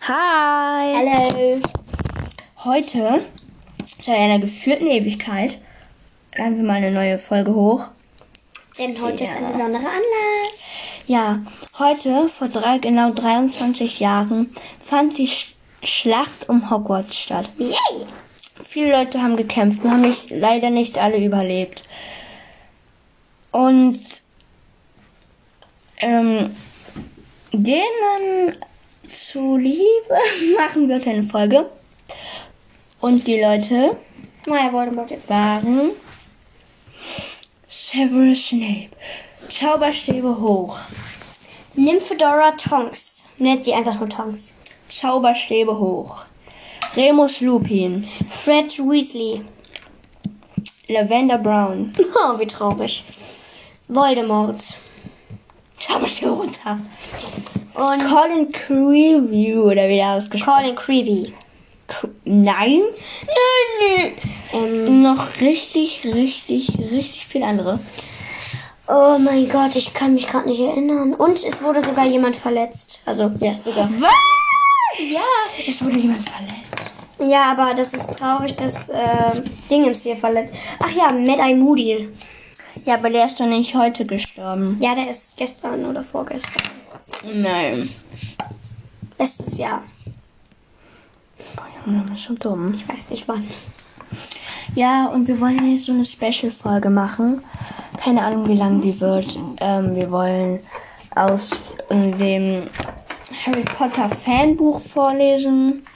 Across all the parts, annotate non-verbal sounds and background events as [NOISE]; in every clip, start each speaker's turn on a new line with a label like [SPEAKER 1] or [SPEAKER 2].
[SPEAKER 1] Hi!
[SPEAKER 2] Hallo. Heute, seit einer geführten Ewigkeit, laden wir mal eine neue Folge hoch.
[SPEAKER 1] Denn heute ist
[SPEAKER 2] Ja.
[SPEAKER 1] ein besonderer Anlass.
[SPEAKER 2] Ja, heute, vor drei, genau 23 Jahren, fand die Sch Schlacht um Hogwarts statt.
[SPEAKER 1] Yay!
[SPEAKER 2] Viele Leute haben gekämpft, nur haben nicht, leider nicht alle überlebt. Und ähm, denen zuliebe [LAUGHS] machen wir heute eine Folge. Und die Leute
[SPEAKER 1] Naja, Voldemort jetzt.
[SPEAKER 2] waren Severus Snape. Zauberstäbe hoch.
[SPEAKER 1] Nymphedora Tonks. Nennt sie einfach nur Tonks.
[SPEAKER 2] Zauberstäbe hoch. Remus Lupin.
[SPEAKER 1] Fred Weasley. [LAUGHS]
[SPEAKER 2] Lavender Brown.
[SPEAKER 1] Oh, wie traurig. Voldemort.
[SPEAKER 2] Zauberstäbe runter.
[SPEAKER 1] Und
[SPEAKER 2] Colin Creeview oder wie der ausgesprochen
[SPEAKER 1] Colin Creevy.
[SPEAKER 2] Cr- Nein.
[SPEAKER 1] Ähm,
[SPEAKER 2] Noch richtig, richtig, richtig viel andere.
[SPEAKER 1] oh mein Gott, ich kann mich gerade nicht erinnern. Und es wurde sogar jemand verletzt.
[SPEAKER 2] Also, ja, sogar.
[SPEAKER 1] Ja.
[SPEAKER 2] Es wurde jemand verletzt.
[SPEAKER 1] Ja, aber das ist traurig, dass äh, Dingens hier verletzt. Ach ja, Mad-Eye Moody.
[SPEAKER 2] Ja, aber der ist doch nicht heute gestorben.
[SPEAKER 1] Ja, der ist gestern oder vorgestern.
[SPEAKER 2] Nein.
[SPEAKER 1] Letztes Jahr.
[SPEAKER 2] Boah, Junge, das ist so dumm.
[SPEAKER 1] Ich weiß nicht wann.
[SPEAKER 2] Ja, und wir wollen jetzt so eine Special-Folge machen. Keine Ahnung, wie lang die wird. Ähm, wir wollen aus äh, dem Harry Potter Fanbuch vorlesen.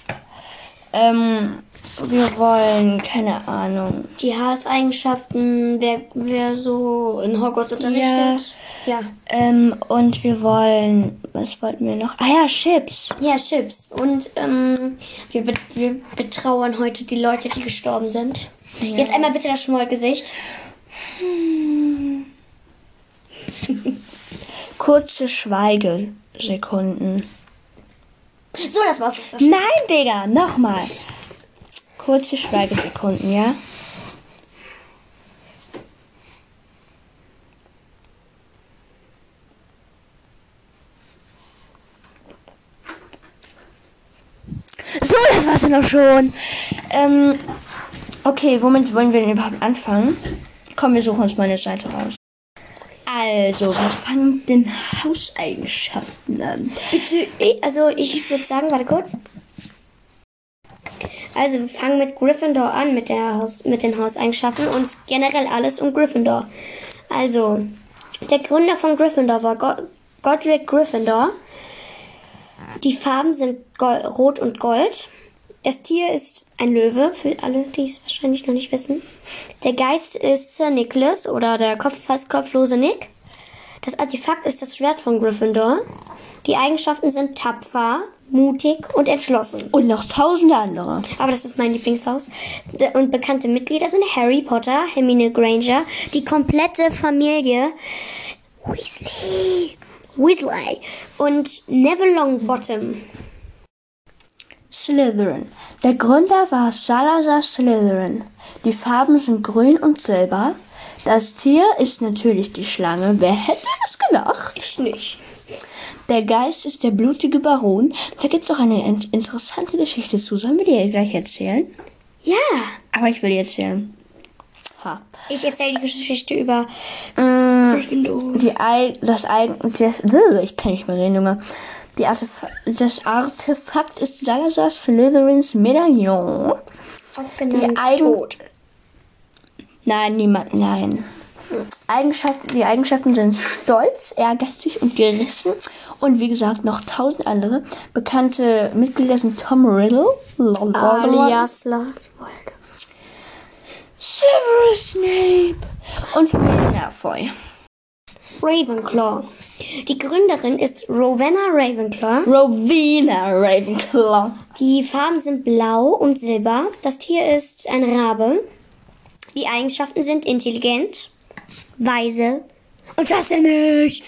[SPEAKER 2] Ähm, wir wollen, keine Ahnung,
[SPEAKER 1] Die Haareigenschaften, wer, wer so in Hogwarts unterrichtet. Ja. ja.
[SPEAKER 2] Ähm, und wir wollen, was wollten wir noch? Ah ja, Chips.
[SPEAKER 1] Chips. Und ähm, wir, be wir betrauern heute die Leute, die gestorben sind. Jetzt einmal bitte das Schmollgesicht.
[SPEAKER 2] Kurze Schweigesekunden.
[SPEAKER 1] So, das war's jetzt.
[SPEAKER 2] Nein, Digga, nochmal. Kurze Schweigesekunden, ja? So, das war's dann auch schon. Ähm, okay, womit wollen wir denn überhaupt anfangen? Komm, wir suchen uns mal eine Seite raus. Also, wir fangen mit den Hauseigenschaften an.
[SPEAKER 1] Ich- Also ich würde sagen, warte kurz. Also wir fangen mit Gryffindor an, mit, der Haus, mit den Hauseigenschaften und generell alles um Gryffindor. Also, der Gründer von Gryffindor war Go Godric Gryffindor. Die Farben sind Gol Rot und Gold. Das Tier ist ein Löwe, für alle, die es wahrscheinlich noch nicht wissen. Der Geist ist Sir Nicholas oder der Kopf, fast kopflose Nick. Das Artefakt ist das Schwert von Gryffindor. Die Eigenschaften sind tapfer, mutig und entschlossen.
[SPEAKER 2] Und noch tausende andere.
[SPEAKER 1] Aber das ist mein Lieblingshaus. D- Und bekannte Mitglieder sind Harry Potter, Hermine Granger, die komplette Familie Weasley, Weasley und Neville Longbottom.
[SPEAKER 2] Slytherin. Der Gründer war Salazar Slytherin. Die Farben sind grün und silber. Das Tier ist natürlich die Schlange. Wer hätte das gedacht? Ich nicht. Der Geist ist der blutige Baron. Da gibt's auch eine in interessante Geschichte zu. Sollen wir die ihr gleich erzählen?
[SPEAKER 1] Ja,
[SPEAKER 2] Aber ich will die erzählen. Ha.
[SPEAKER 1] ich erzähle die Geschichte über äh,
[SPEAKER 2] Mm,
[SPEAKER 1] Gryffindor.
[SPEAKER 2] die Ei, das Ei, das, ich kann nicht mehr reden, Junge. Die Artef das Artefakt ist Salazar Slytherins Medaillon.
[SPEAKER 1] Auch
[SPEAKER 2] Die
[SPEAKER 1] genannt
[SPEAKER 2] Eigen
[SPEAKER 1] Tod.
[SPEAKER 2] Nein, niemand, nein. Eigenschaften, die Eigenschaften sind stolz, ehrgeizig und gerissen. Und wie gesagt, noch tausend andere. Bekannte Mitglieder sind Tom Riddle, Lord Voldemort,
[SPEAKER 1] Alias Lastwolder.
[SPEAKER 2] Severus Snape und Verena Malfoy.
[SPEAKER 1] Ravenclaw. Die Gründerin ist Rowena Ravenclaw.
[SPEAKER 2] Rowena Ravenclaw.
[SPEAKER 1] Die Farben sind blau und silber. Das Tier ist ein Rabe. Die Eigenschaften sind intelligent, weise und faszinisch.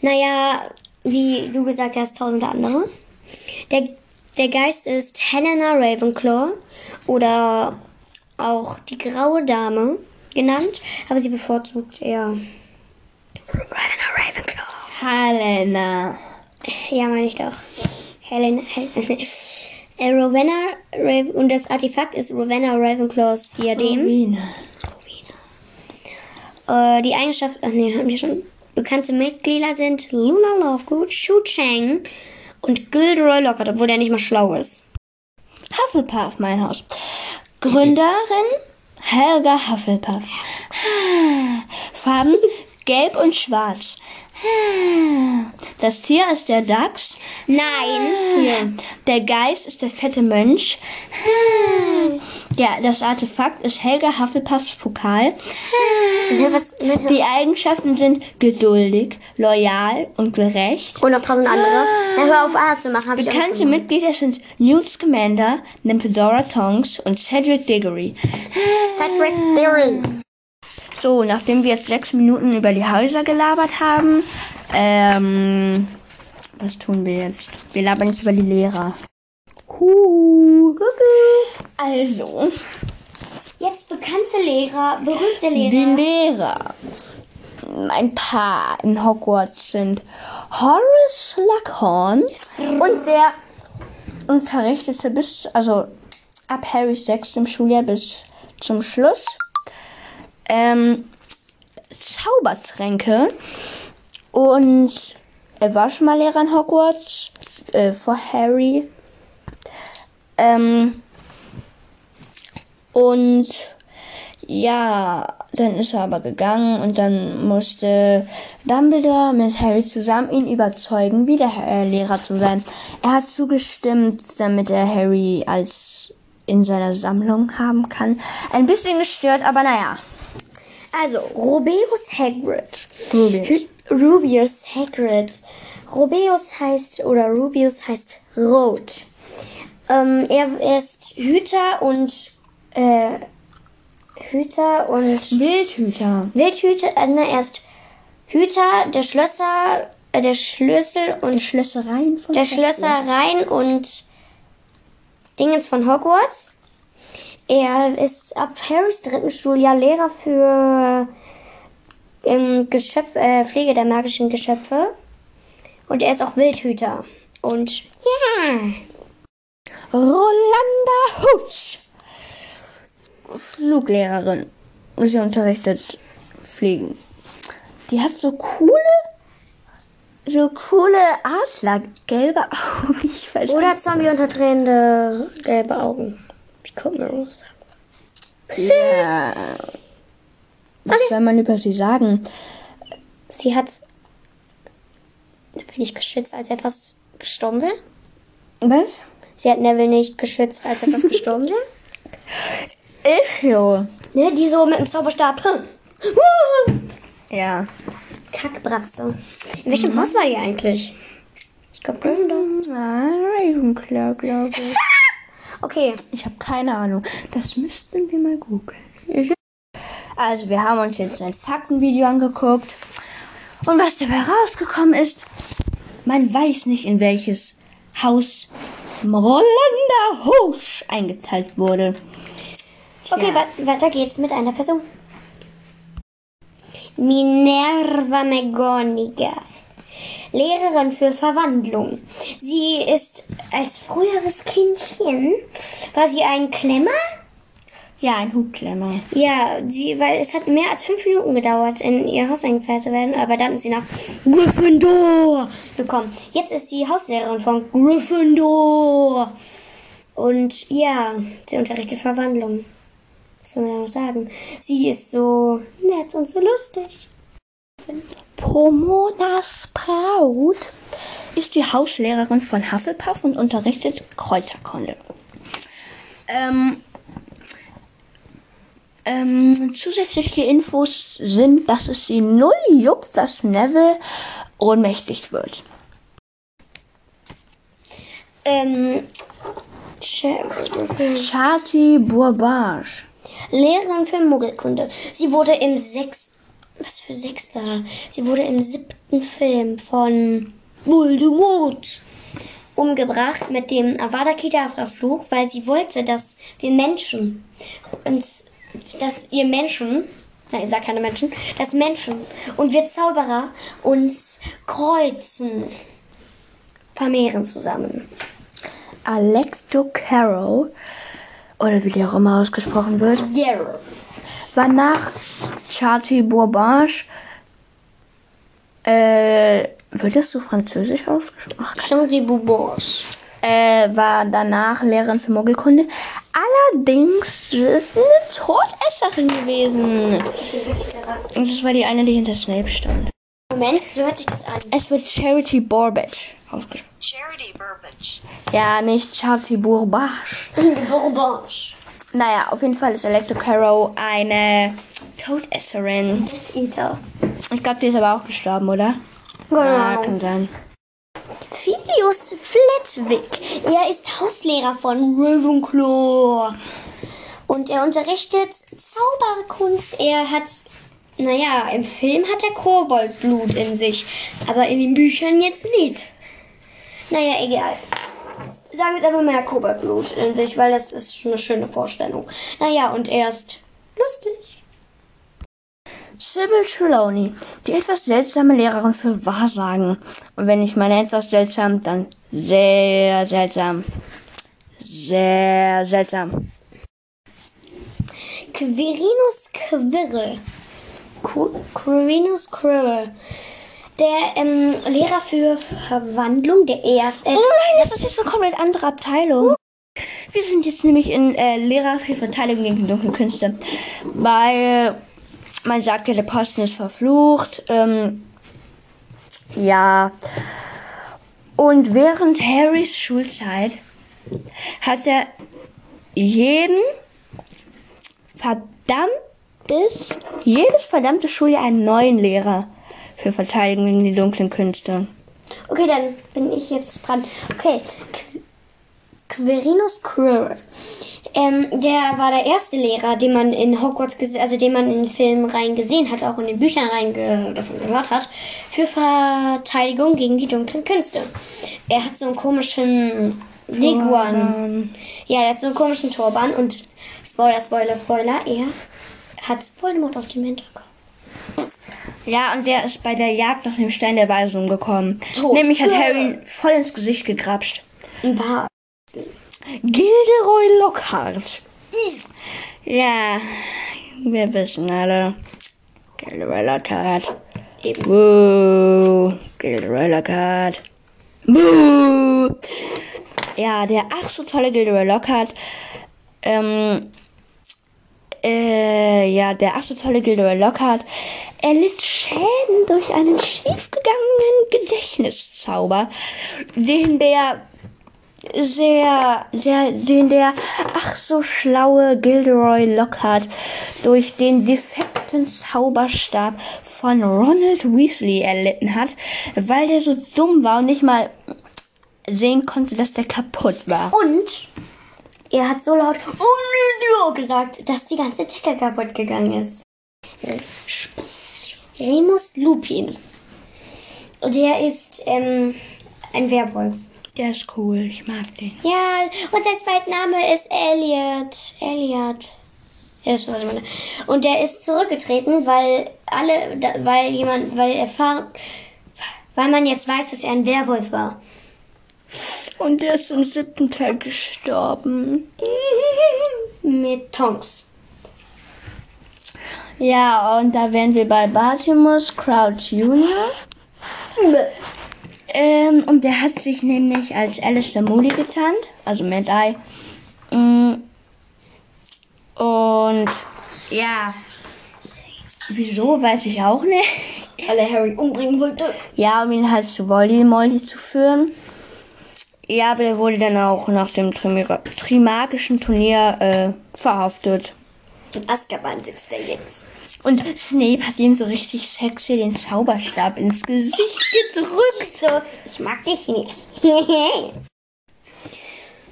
[SPEAKER 1] Naja, wie du gesagt hast, tausende andere. Der, der Geist ist Helena Ravenclaw oder auch die graue Dame genannt, aber sie bevorzugt eher Helena Ravenclaw.
[SPEAKER 2] Helena.
[SPEAKER 1] Ja, meine ich doch. Helena, Hel äh, Rowena Raven und das Artefakt ist Rowena Ravenclaws Diadem.
[SPEAKER 2] Ruine.
[SPEAKER 1] Äh, die Eigenschaft, ach nee, haben wir schon. Bekannte Mitglieder sind Luna Lovegood, Shu Chang und Gilderoy Lockhart, obwohl der nicht mal schlau ist.
[SPEAKER 2] Hufflepuff, mein Haus. Gründerin Helga Hufflepuff. Ah, Farben gelb und schwarz. Ah, Das Tier ist der Dachs.
[SPEAKER 1] Nein!
[SPEAKER 2] Hier. Der Geist ist der fette Mönch. Ah, Ja, das Artefakt ist Helga Hufflepuffs Pokal.
[SPEAKER 1] Ja, was, nein,
[SPEAKER 2] Die Eigenschaften sind geduldig, loyal und gerecht.
[SPEAKER 1] und noch tausend andere. Na, hör auf A zu machen, hab ich auch
[SPEAKER 2] Bekannte Mitglieder sind Newt Scamander, Nymphedora Tonks und Cedric Diggory.
[SPEAKER 1] Cedric Theory.
[SPEAKER 2] So, nachdem wir jetzt sechs Minuten über die Häuser gelabert haben, ähm, was tun wir jetzt? Wir labern jetzt über die Lehrer. Huh. Also,
[SPEAKER 1] Jetzt bekannte Lehrer, berühmte Lehrer.
[SPEAKER 2] die Lehrer. Ein paar in Hogwarts sind Horace Slughorn und der unterrichtete bis, also ab Harrys sechstem Schuljahr bis zum Schluss ähm, Zaubertränke und er war schon mal Lehrer in Hogwarts äh, vor Harry. Ähm, und ja, dann ist er aber gegangen und dann musste Dumbledore mit Harry zusammen ihn überzeugen, wieder äh, Lehrer zu sein. Er hat zugestimmt, damit er Harry als in seiner Sammlung haben kann. Ein bisschen gestört, aber naja.
[SPEAKER 1] Also, Robeus Hagrid.
[SPEAKER 2] Rubius.
[SPEAKER 1] Rubius Hagrid. Robeus heißt, oder Rubius heißt Rot. Ähm, er, er ist Hüter und, äh, Hüter und
[SPEAKER 2] Wildhüter.
[SPEAKER 1] Wildhüter, äh, ne, er ist Hüter der Schlösser, äh, der Schlüssel und
[SPEAKER 2] Schlössereien von
[SPEAKER 1] der Schlössereien und Dingens von Hogwarts. Er ist ab Harrys dritten Schuljahr Lehrer für ähm, Geschöpf, äh, Pflege der magischen Geschöpfe. Und er ist auch Wildhüter. Und ja,
[SPEAKER 2] Rolanda Hutsch. Fluglehrerin. Sie unterrichtet Fliegen. Die hat so coole, so coole Adler, gelbe Augen. [LAUGHS] Ich weiß
[SPEAKER 1] oder Zombie unter tränende gelbe Augen. Wie kommt man raus?
[SPEAKER 2] nicht. Ja. Was soll man über sie sagen?
[SPEAKER 1] Sie hat Neville nicht geschützt, als er fast gestorben wäre.
[SPEAKER 2] Was?
[SPEAKER 1] Sie hat Neville nicht geschützt, als er fast gestorben wäre.
[SPEAKER 2] Ich so.
[SPEAKER 1] Ne, die so mit dem Zauberstab.
[SPEAKER 2] Ja.
[SPEAKER 1] Kackbratze. In welchem Haus war die eigentlich? Ich glaube Gryffindor.
[SPEAKER 2] Ah, Ravenclaw, glaube ich.
[SPEAKER 1] Okay.
[SPEAKER 2] Ich habe keine Ahnung. Das müssten wir mal googeln. [LAUGHS] Also, wir haben uns jetzt ein Faktenvideo angeguckt. Und was dabei rausgekommen ist, man weiß nicht, in welches Haus Rolanda Hosch eingeteilt wurde.
[SPEAKER 1] Okay, wa- weiter geht's mit einer Person. Minerva McGonagall. Lehrerin für Verwandlung. Sie ist als früheres Kindchen, war sie ein Klemmer?
[SPEAKER 2] Ja, ein Hutklemmer.
[SPEAKER 1] Ja, sie, weil es hat mehr als fünf Minuten gedauert, in ihr Haus eingezahlt zu werden, aber dann ist sie nach Gryffindor gekommen. Jetzt ist sie Hauslehrerin von Gryffindor. Und ja, sie unterrichtet Verwandlung. Was soll man da noch sagen? Sie ist so nett und so lustig.
[SPEAKER 2] Pomona Sprout ist die Hauslehrerin von Hufflepuff und unterrichtet Kräuterkunde. Ähm, ähm, zusätzliche Infos sind, dass es sie null juckt, dass Neville ohnmächtig wird.
[SPEAKER 1] Ähm, Sch-
[SPEAKER 2] Charity Bourbage.
[SPEAKER 1] Lehrerin für Muggelkunde. Sie wurde im sechs... Was für sechster? Sie wurde im siebten Film von Voldemort umgebracht mit dem Avada Kedavra Fluch, weil sie wollte, dass wir Menschen uns, dass ihr Menschen, nein, ich sag keine Menschen, dass Menschen und wir Zauberer uns kreuzen. vermehren zusammen.
[SPEAKER 2] Alexto Caro, oder wie die auch immer ausgesprochen wird,
[SPEAKER 1] Yeah.
[SPEAKER 2] war nach Charty Bourbange. Äh, wird das so französisch ausgesprochen? Ach,
[SPEAKER 1] Chanty Boubons.
[SPEAKER 2] äh, war danach Lehrerin für Muggelkunde. Allerdings ist sie eine Todesserin gewesen. Und das war die eine, die hinter Snape stand.
[SPEAKER 1] Moment, so hört sich das an.
[SPEAKER 2] Es wird Charity Borbage ausgesprochen.
[SPEAKER 3] Charity Burbage.
[SPEAKER 2] Ja, nicht Charity Bourbage.
[SPEAKER 1] Die Bourbons.
[SPEAKER 2] Naja, auf jeden Fall ist Alexa Caro eine Todesserin.
[SPEAKER 1] Ita.
[SPEAKER 2] Ich glaube, die ist aber auch gestorben, oder? Ja, kann
[SPEAKER 1] Genau.
[SPEAKER 2] sein.
[SPEAKER 1] Filius Flitwick. Er ist Hauslehrer von Ravenclaw. Und er unterrichtet Zauberkunst. Er hat, naja, im Film hat er Koboldblut in sich. Aber in den Büchern jetzt nicht. Naja, egal. Sagen wir jetzt einfach mal er hat Koboldblut in sich, weil das ist schon eine schöne Vorstellung. Naja, und er ist lustig.
[SPEAKER 2] Sybil Trelawney, die etwas seltsame Lehrerin für Wahrsagen. Und wenn ich meine etwas seltsam, dann sehr seltsam. Sehr seltsam.
[SPEAKER 1] Quirinus Quirrell. Qu- Quirinus Quirrell. Der ähm, Lehrer für Verwandlung, der erst. Äh,
[SPEAKER 2] Oh nein, das ist jetzt eine komplett andere Abteilung. Wir sind jetzt nämlich in äh, Lehrer für Verteidigung gegen dunkle Künste. Weil man sagt ja, der Posten ist verflucht. Ähm, ja. Und während Harrys Schulzeit hat er jeden verdammtes, jedes verdammte Schuljahr einen neuen Lehrer für Verteidigung gegen die dunklen Künste.
[SPEAKER 1] Okay, dann bin ich jetzt dran. Okay, Qu- Quirinus Quirrell. Ähm, der war der erste Lehrer, den man in Hogwarts, gese- also den man in den Filmen rein gesehen hat, auch in den Büchern rein ge davon gehört hat, für Verteidigung gegen die dunklen Künste. Er hat so einen komischen Leguan. Ja, er hat so einen komischen Turban und Spoiler, Spoiler, Spoiler, er hat Voldemort auf dem Hinterkopf.
[SPEAKER 2] Ja, und der ist bei der Jagd nach dem Stein der Weisen umgekommen.
[SPEAKER 1] Tot.
[SPEAKER 2] Nämlich hat
[SPEAKER 1] Ja.
[SPEAKER 2] Harry ihn voll ins Gesicht gegrapscht.
[SPEAKER 1] Ein paar.
[SPEAKER 2] Gilderoy Lockhart. Ja, wir wissen alle. Gilderoy Lockhart.
[SPEAKER 1] Eben.
[SPEAKER 2] Buh. Gilderoy Lockhart. Buh. Ja, der ach so tolle Gilderoy Lockhart. Ähm, äh, ja, der ach so tolle Gilderoy Lockhart. Er litt Schäden durch einen schiefgegangenen Gedächtniszauber, den der sehr, sehr, den der ach so schlaue Gilderoy Lockhart durch den defekten Zauberstab von Ronald Weasley erlitten hat, weil der so dumm war und nicht mal sehen konnte, dass der kaputt war.
[SPEAKER 1] Und er hat so laut Umnidor gesagt, dass die ganze Decke kaputt gegangen ist. Remus Lupin. Der ist ähm, ein Werwolf.
[SPEAKER 2] Der ist cool, ich mag den.
[SPEAKER 1] Ja, und sein zweiter Name ist Elliot. Elliot. Ja, das war meine. Und der ist zurückgetreten, weil alle, da- weil jemand, weil erfahren, weil man jetzt weiß, dass er ein Werwolf war.
[SPEAKER 2] Und der ist im siebten Teil gestorben. [LAUGHS]
[SPEAKER 1] Mit Tonks.
[SPEAKER 2] Ja, und da wären wir bei Bartimus Crouch Jr. Ähm, und der hat sich nämlich als Alistair Moody getarnt, also Mad Eye. Mm. Und ja, wieso weiß ich auch nicht.
[SPEAKER 1] Weil er Harry umbringen wollte.
[SPEAKER 2] Ja, um ihn halt zu Voldemort zu führen. Ja, aber der wurde dann auch nach dem Trimira- Trimagischen Turnier äh, verhaftet.
[SPEAKER 1] In Azkaban sitzt er jetzt.
[SPEAKER 2] Und Snape hat ihm so richtig sexy den Zauberstab ins Gesicht gedrückt.
[SPEAKER 1] So, ich mag dich [LAUGHS] nicht.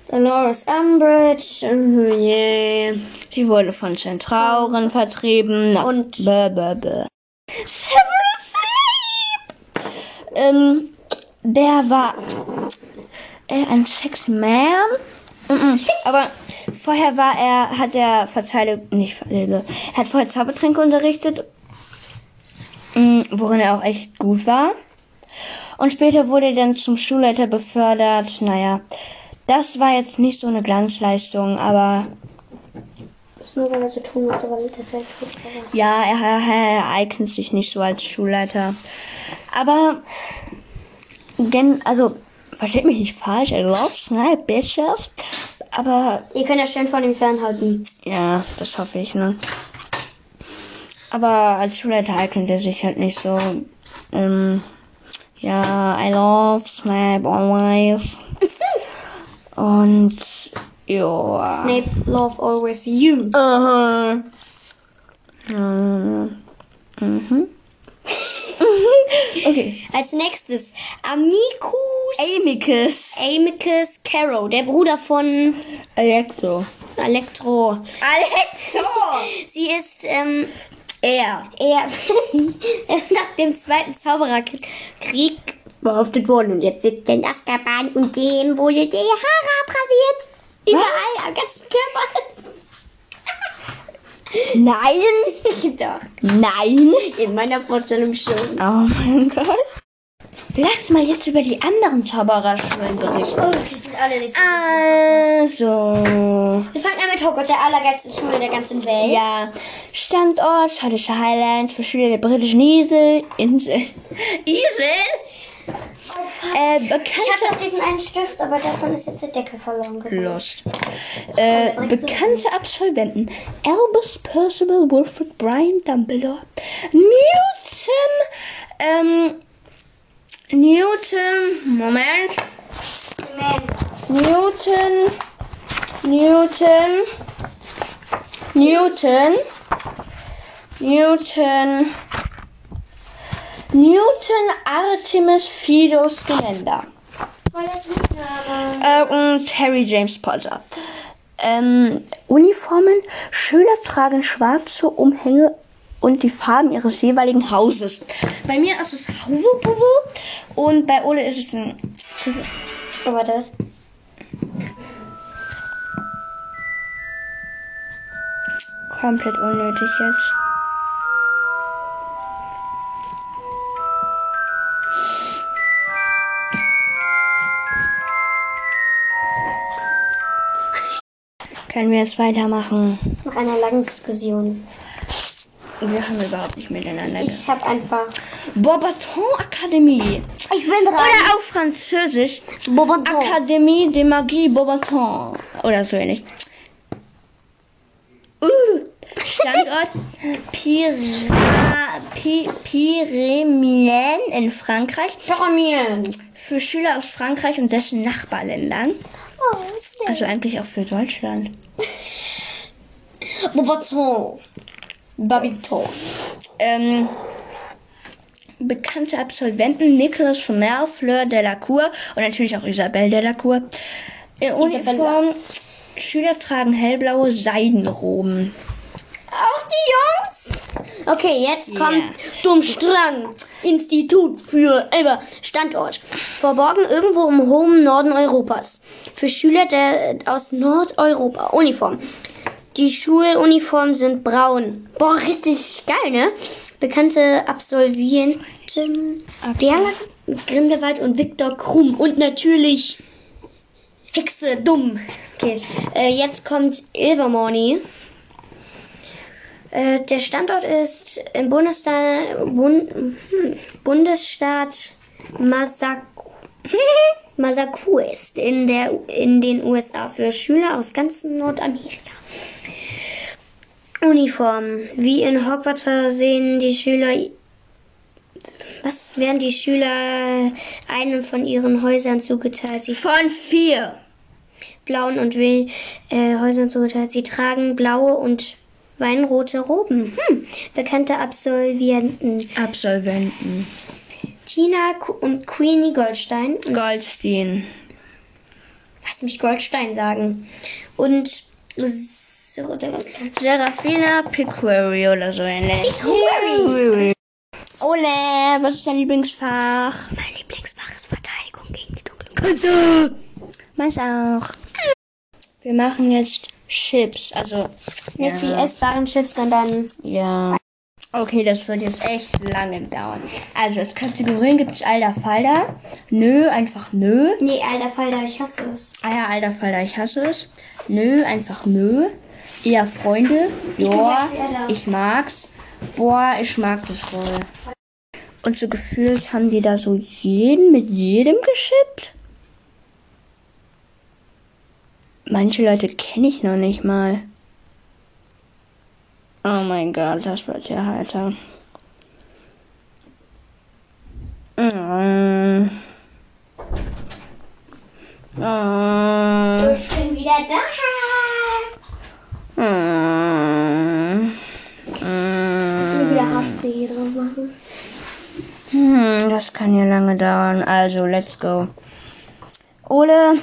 [SPEAKER 1] Dolores Umbridge. Oh, yeah.
[SPEAKER 2] Sie wurde von Zentrauren vertrieben. Nach
[SPEAKER 1] Und-
[SPEAKER 2] Bäh, bäh, bäh. Severus Snape! Ähm, der war äh, ein sexy man. Mhm, aber vorher war er, hat er Verteidigung, nicht Verteidigung, er hat vorher mm, Zaubertränke unterrichtet, mhm, worin er auch echt gut war. Und später wurde er dann zum Schulleiter befördert. Naja, das war jetzt nicht so eine Glanzleistung, aber
[SPEAKER 1] Ist nur, weil er so tun muss, aber das ist halt furchtbar.
[SPEAKER 2] ja, er, er, er eignet sich nicht so als Schulleiter. Aber, gen, also, versteht mich nicht falsch, I love Snipe, Bitches. Aber
[SPEAKER 1] Ihr könnt ja schön von ihm [LAUGHS] fernhalten.
[SPEAKER 2] Ja, das hoffe ich, ne? Aber als Schulleiter eignet er sich halt nicht so. Ähm, ja, I love Snape always. Und ja. Äh.
[SPEAKER 1] Snape, love always [LAUGHS] you.
[SPEAKER 2] Aha. Ähm, Mhm. okay.
[SPEAKER 1] Als nächstes, Amicus.
[SPEAKER 2] Amicus.
[SPEAKER 1] Amicus Caro, der Bruder von
[SPEAKER 2] Alexo.
[SPEAKER 1] Elektro.
[SPEAKER 2] Alexo!
[SPEAKER 1] [LAUGHS] Sie ist, ähm,
[SPEAKER 2] Er
[SPEAKER 1] er [LAUGHS] ist nach dem zweiten Zaubererkrieg verhaftet worden und jetzt sitzt er in Azkaban und dem wurde die Haare abrasiert. Überall, am ganzen Körper.
[SPEAKER 2] Nein!
[SPEAKER 1] [LAUGHS] Doch,
[SPEAKER 2] Nein!
[SPEAKER 1] in meiner Vorstellung schon.
[SPEAKER 2] Oh mein Gott. Lass mal jetzt über die anderen Zaubererschulen berichten.
[SPEAKER 1] Oh, die sind alle nicht so
[SPEAKER 2] Also,
[SPEAKER 1] Wir fangen an mit Hogwarts, der allergeilsten Schule der ganzen Welt.
[SPEAKER 2] ja, Standort, schottische Highlands, für Schüler der britischen Insel, Insel,
[SPEAKER 1] Isel?
[SPEAKER 2] äh,
[SPEAKER 1] Ich
[SPEAKER 2] bekannte,
[SPEAKER 1] hatte noch diesen einen Stift, aber davon ist jetzt der Deckel verloren gegangen.
[SPEAKER 2] lost, äh, bekannte Absolventen, Albus, Percival, Wilfred, Brian, Dumbledore, Newton, ähm, Newton, Moment,
[SPEAKER 1] Man.
[SPEAKER 2] Newton, Newton, Newton, Newton, Newton, Artemis, Fido, Scamander
[SPEAKER 1] Voll der Süßname.
[SPEAKER 2] äh, und Harry James Potter. Ähm, Uniformen, Schüler tragen schwarze Umhänge und die Farben ihres jeweiligen Hauses. Bei mir ist es Hufflepuff und bei Ole ist es ein
[SPEAKER 1] Oh, warte, was?
[SPEAKER 2] Komplett unnötig jetzt. Können wir jetzt weitermachen?
[SPEAKER 1] Nach einer langen Diskussion.
[SPEAKER 2] Wir haben überhaupt nicht miteinander. ge-
[SPEAKER 1] Ich hab einfach.
[SPEAKER 2] Beaubaton Akademie.
[SPEAKER 1] Ich bin dran.
[SPEAKER 2] Oder auf Französisch
[SPEAKER 1] Bobaton.
[SPEAKER 2] Akademie de Magie Beaubaton. Oder so ähnlich. Uh, Standort Pira, Pi, Pyrenäen in Frankreich.
[SPEAKER 1] Pyramiden.
[SPEAKER 2] Für Schüler aus Frankreich und dessen Nachbarländern.
[SPEAKER 1] Oh, ist der?
[SPEAKER 2] Also eigentlich auch für Deutschland.
[SPEAKER 1] Also- Bobaton. Babiton.
[SPEAKER 2] Ähm, bekannte Absolventen Nicolas Flamel, Fleur Delacour und natürlich auch Isabelle Delacour. In Uniform Schüler tragen hellblaue Seidenroben.
[SPEAKER 1] Auch die Jungs? Okay, jetzt kommt
[SPEAKER 2] Yeah.
[SPEAKER 1] Dummstrang. Institut für Elber. Standort. Verborgen irgendwo im hohen Norden Europas. Für Schüler der, aus Nordeuropa. Uniform. Die Schuluniformen sind braun. Boah, richtig geil, ne? Bekannte Absolventen. Berla, Grindelwald und Viktor Krumm. Und natürlich Hexe, dumm. Okay, äh, jetzt kommt Ilvermorny. Äh, der Standort ist im Bundessta Bund hm, Bundesstaat Massac [LAUGHS] Massachusetts in, der, in den USA für Schüler aus ganz Nordamerika. Uniform. Wie in Hogwarts versehen die Schüler. Was werden die Schüler einem von ihren Häusern zugeteilt? Sie
[SPEAKER 2] Von vier.
[SPEAKER 1] blauen und will, äh, Häusern zugeteilt. Sie tragen blaue und weinrote Roben. Hm. Bekannte Absolventen.
[SPEAKER 2] Absolventen.
[SPEAKER 1] Tina Ku- und Queenie Goldstein. Und
[SPEAKER 2] Goldstein.
[SPEAKER 1] Lass mich Goldstein sagen. Und S- oder-
[SPEAKER 2] Serafina Piquery oder so ähnlich.
[SPEAKER 1] Piquery.
[SPEAKER 2] Ole, was ist dein Lieblingsfach?
[SPEAKER 1] mein Lieblingsfach ist Verteidigung gegen die dunkle
[SPEAKER 2] Katze. Meins auch. Wir machen jetzt Chips, also
[SPEAKER 1] Nicht die essbaren Chips, sondern
[SPEAKER 2] ja. Okay, das wird jetzt echt lange dauern. Also, als Kategorien gibt es Alter Falter. Nö, einfach nö.
[SPEAKER 1] Nee, alter Falter, ich hasse es.
[SPEAKER 2] Ah ja, Alter Falter, ich hasse es. Nö, einfach nö. Eher Freunde.
[SPEAKER 1] bin
[SPEAKER 2] Joa,
[SPEAKER 1] gleich wieder da.
[SPEAKER 2] ich mag's. Boah, ich mag das wohl. Und so gefühlt haben die da so jeden mit jedem geschippt. Manche Leute kenne ich noch nicht mal. Oh mein Gott, das wird ja heiter. Mm. Mm.
[SPEAKER 1] Ich bin wieder da.
[SPEAKER 2] Hm.
[SPEAKER 1] Ich will wieder Haarspray drauf machen.
[SPEAKER 2] Hm, das kann ja lange dauern. Also, let's go. Ole,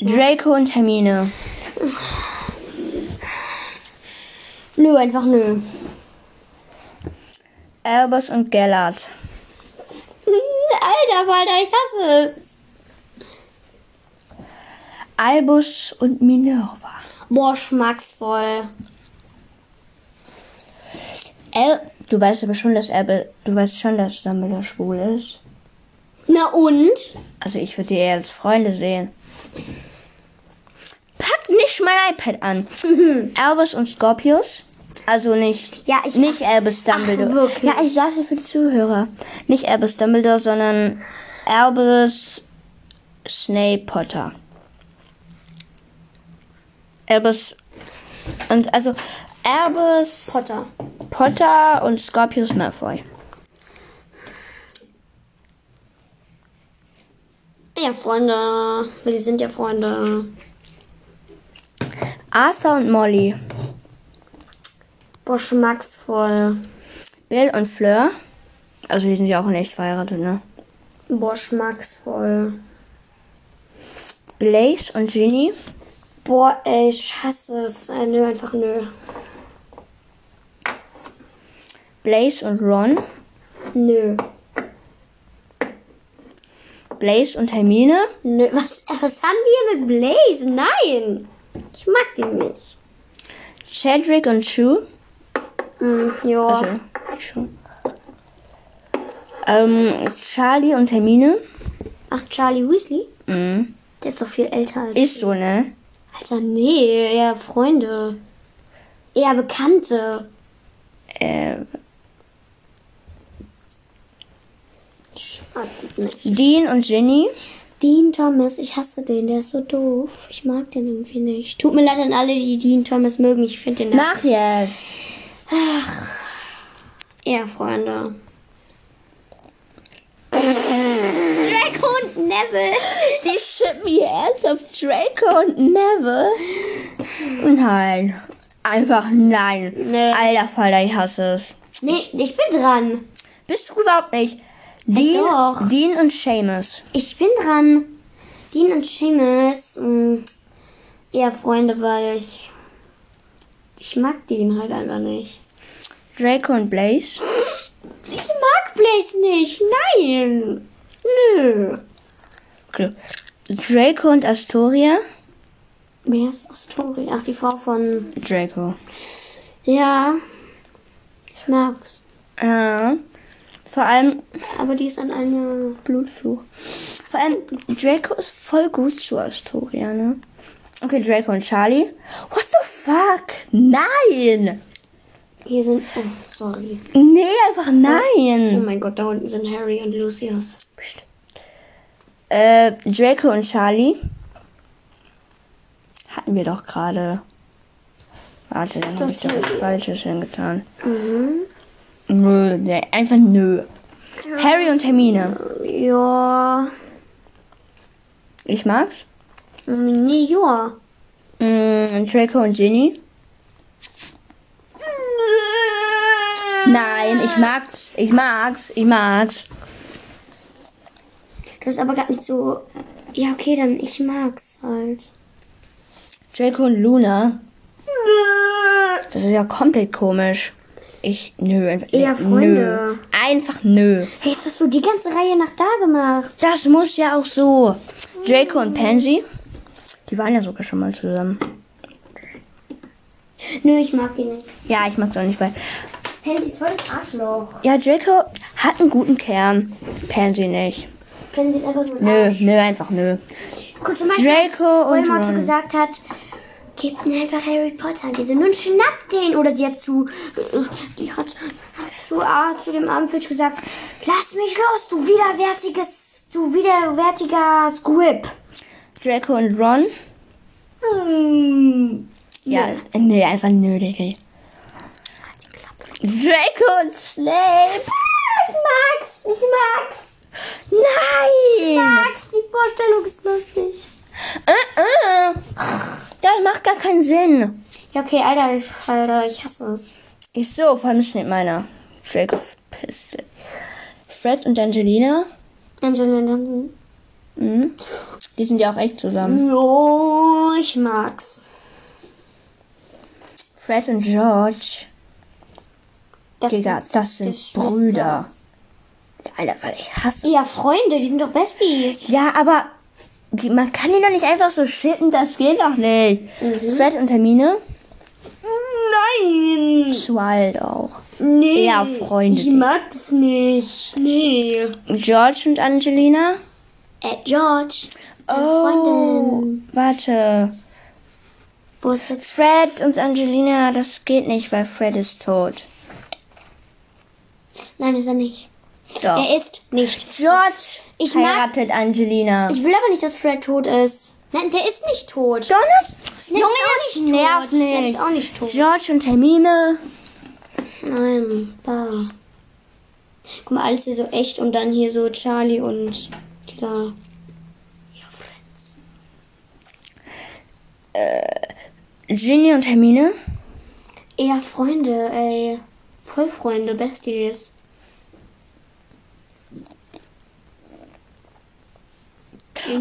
[SPEAKER 2] Draco und Hermine.
[SPEAKER 1] Nö, einfach nö.
[SPEAKER 2] Albus und Gellert.
[SPEAKER 1] [LAUGHS] Alter Falter, ich hasse es.
[SPEAKER 2] Albus und Minerva.
[SPEAKER 1] Boah, schmacksvoll.
[SPEAKER 2] El du weißt aber schon, dass Albus, du weißt schon, dass Dumbledore schwul ist.
[SPEAKER 1] Na und?
[SPEAKER 2] Also, ich würde die eher als Freunde sehen. Pack nicht mein iPad an.
[SPEAKER 1] [LAUGHS]
[SPEAKER 2] Albus und Scorpius. Also nicht.
[SPEAKER 1] Ja, ich
[SPEAKER 2] Nicht Albus Dumbledore.
[SPEAKER 1] Ach, wirklich?
[SPEAKER 2] Ja, ich sage es für die Zuhörer. Nicht Albus Dumbledore, sondern Albus Snape Potter. Albus und also Albus
[SPEAKER 1] Potter.
[SPEAKER 2] Potter und Scorpius Malfoy.
[SPEAKER 1] Ja, Freunde. Wir sind ja Freunde.
[SPEAKER 2] Arthur und Molly.
[SPEAKER 1] Boah, schmacksvoll.
[SPEAKER 2] Bill und Fleur. Also die sind ja auch in echt verheiratet, ne?
[SPEAKER 1] Boah, schmacksvoll.
[SPEAKER 2] Blaze und Ginny.
[SPEAKER 1] Boah, ey, ich hasse es. Äh, nö, einfach nö.
[SPEAKER 2] Blaze und Ron.
[SPEAKER 1] Nö.
[SPEAKER 2] Blaze und Hermine.
[SPEAKER 1] Nö. [LAUGHS] Was, was haben wir mit Blaze? Nein. Ich mag den nicht.
[SPEAKER 2] Cedric und Sue.
[SPEAKER 1] Mhm, ja.
[SPEAKER 2] Also, schon. Ähm, Charlie und Hermine.
[SPEAKER 1] Ach, Charlie Weasley?
[SPEAKER 2] Mhm.
[SPEAKER 1] Der ist doch viel älter als
[SPEAKER 2] Ist so, ne?
[SPEAKER 1] Alter, nee, eher Freunde. Eher Bekannte.
[SPEAKER 2] Äh,
[SPEAKER 1] Ich mag den nicht.
[SPEAKER 2] Dean und Ginny.
[SPEAKER 1] Dean Thomas, ich hasse den, der ist so doof. Ich mag den irgendwie nicht. Tut mir leid an alle, die Dean Thomas mögen. Ich finde den
[SPEAKER 2] Mach jetzt.
[SPEAKER 1] eher Freunde. Draco und Neville.
[SPEAKER 2] Die schippen hier erst auf Draco und Neville. Nein. Einfach nein.
[SPEAKER 1] Nee.
[SPEAKER 2] Alter Falter, ich hasse es.
[SPEAKER 1] Nee, ich bin dran.
[SPEAKER 2] Bist du überhaupt nicht? Dean,
[SPEAKER 1] doch.
[SPEAKER 2] Dean und Seamus.
[SPEAKER 1] Ich bin dran. Dean und Seamus, mh, eher Freunde, weil ich. Ich mag den halt einfach nicht.
[SPEAKER 2] Draco und Blaze.
[SPEAKER 1] Ich mag Blaze nicht. Nein. Nö.
[SPEAKER 2] Okay. Draco und Astoria.
[SPEAKER 1] Wer ist Astoria? Ach, die Frau von.
[SPEAKER 2] Draco.
[SPEAKER 1] Ja. Ich mag's.
[SPEAKER 2] Ja. Ähm, Vor allem
[SPEAKER 1] Aber die ist an einer.
[SPEAKER 2] Blutfluch. Vor allem, Draco ist voll gut zu Astoria, ne? Okay, Draco und Charlie. What the fuck? Nein!
[SPEAKER 1] Hier sind. Oh, sorry.
[SPEAKER 2] Nee, einfach
[SPEAKER 1] Oh
[SPEAKER 2] nein!
[SPEAKER 1] mein Gott, da unten sind Harry und Lucius.
[SPEAKER 2] Psst. Äh, Draco und Charlie. Hatten wir doch gerade. Warte, dann habe ich
[SPEAKER 1] Das
[SPEAKER 2] doch was
[SPEAKER 1] hier.
[SPEAKER 2] Falsches hingetan. Mhm. Nö, nee, einfach nö. Harry und Hermine.
[SPEAKER 1] Ja.
[SPEAKER 2] Ich mag's.
[SPEAKER 1] mm, Nee, ja.
[SPEAKER 2] Mm, Draco und Ginny. Nein, ich mag's, ich mag's, ich mag's.
[SPEAKER 1] Du hast aber gerade nicht so. Ja, okay, dann ich mag's halt.
[SPEAKER 2] Draco und Luna. Das ist ja komplett komisch. Ich, nö, einfach
[SPEAKER 1] Eher
[SPEAKER 2] nö.
[SPEAKER 1] Freunde.
[SPEAKER 2] Einfach nö.
[SPEAKER 1] Hey, jetzt hast du die ganze Reihe nach da gemacht.
[SPEAKER 2] Das muss ja auch so. Draco und Pansy. Die waren ja sogar schon mal zusammen.
[SPEAKER 1] Nö, ich mag die nicht.
[SPEAKER 2] Ja, ich mag's auch nicht, weil
[SPEAKER 1] Pansy ist voll das Arschloch.
[SPEAKER 2] Ja, Draco hat einen guten Kern. Pansy nicht.
[SPEAKER 1] Pansy ist einfach so ein
[SPEAKER 2] Nö, nö, einfach nö.
[SPEAKER 1] Guck, zum Beispiel,
[SPEAKER 2] Draco
[SPEAKER 1] als
[SPEAKER 2] und
[SPEAKER 1] Voldemort so
[SPEAKER 2] Ron.
[SPEAKER 1] gesagt hat, gebt mir einfach Harry Potter an diese. Nun schnappt den. Oder die hat zu, äh, die hat zu, ah, zu dem armen Filch gesagt, lass mich los, du widerwärtiges, du widerwärtiger Squib.
[SPEAKER 2] Draco und Ron?
[SPEAKER 1] Hm.
[SPEAKER 2] Ja, nö, einfach nö, Digga. Draco und Snape?
[SPEAKER 1] Ah, Ich mag's, ich mag's. Ich
[SPEAKER 2] Nein!
[SPEAKER 1] mag's, die Vorstellung ist lustig.
[SPEAKER 2] Äh, äh. Das macht gar keinen Sinn.
[SPEAKER 1] Ja, okay, Alter, ich, Alter, ich hasse es.
[SPEAKER 2] Ich so, vor allem Snape meiner. Draco verpisst sich. Fred und Angelina?
[SPEAKER 1] Angelina Johnson.
[SPEAKER 2] Mhm. Die sind ja auch echt
[SPEAKER 1] Hm.
[SPEAKER 2] zusammen.
[SPEAKER 1] Jo, ich mag's.
[SPEAKER 2] Fred und George?
[SPEAKER 1] Das
[SPEAKER 2] Digga, das sind
[SPEAKER 1] Geschwister.
[SPEAKER 2] Brüder. Alter, weil ich hasse.
[SPEAKER 1] Ja, Freunde, die sind doch Besties.
[SPEAKER 2] Ja, aber die, man kann die doch nicht einfach so shitten, das geht doch nicht.
[SPEAKER 1] Mhm.
[SPEAKER 2] Fred und Hermine?
[SPEAKER 1] Nein,
[SPEAKER 2] Schwald auch.
[SPEAKER 1] nee.
[SPEAKER 2] Eher Freunde.
[SPEAKER 1] Ich mag das nicht. Nee.
[SPEAKER 2] George und Angelina?
[SPEAKER 1] Äh, George. Freundin.
[SPEAKER 2] Oh, warte.
[SPEAKER 1] Wo ist jetzt?
[SPEAKER 2] Fred und Angelina, das geht nicht, weil Fred ist tot.
[SPEAKER 1] Nein, ist er nicht.
[SPEAKER 2] Doch.
[SPEAKER 1] Er ist nicht.
[SPEAKER 2] George
[SPEAKER 1] Ich mag-
[SPEAKER 2] heiratet Angelina.
[SPEAKER 1] Ich will aber nicht, dass Fred tot ist. Nein, der ist nicht tot.
[SPEAKER 2] Jonas?
[SPEAKER 1] Snape
[SPEAKER 2] Junge,
[SPEAKER 1] ist auch nicht
[SPEAKER 2] nerv
[SPEAKER 1] tot. Snape
[SPEAKER 2] nicht.
[SPEAKER 1] ist auch nicht tot.
[SPEAKER 2] George und Hermine?
[SPEAKER 1] Nein, bah. Guck mal, alles hier so echt und dann hier so Charlie und klar. Ja, Friends.
[SPEAKER 2] Ginny und Hermine?
[SPEAKER 1] Eher Freunde, ey. Vollfreunde, Besties.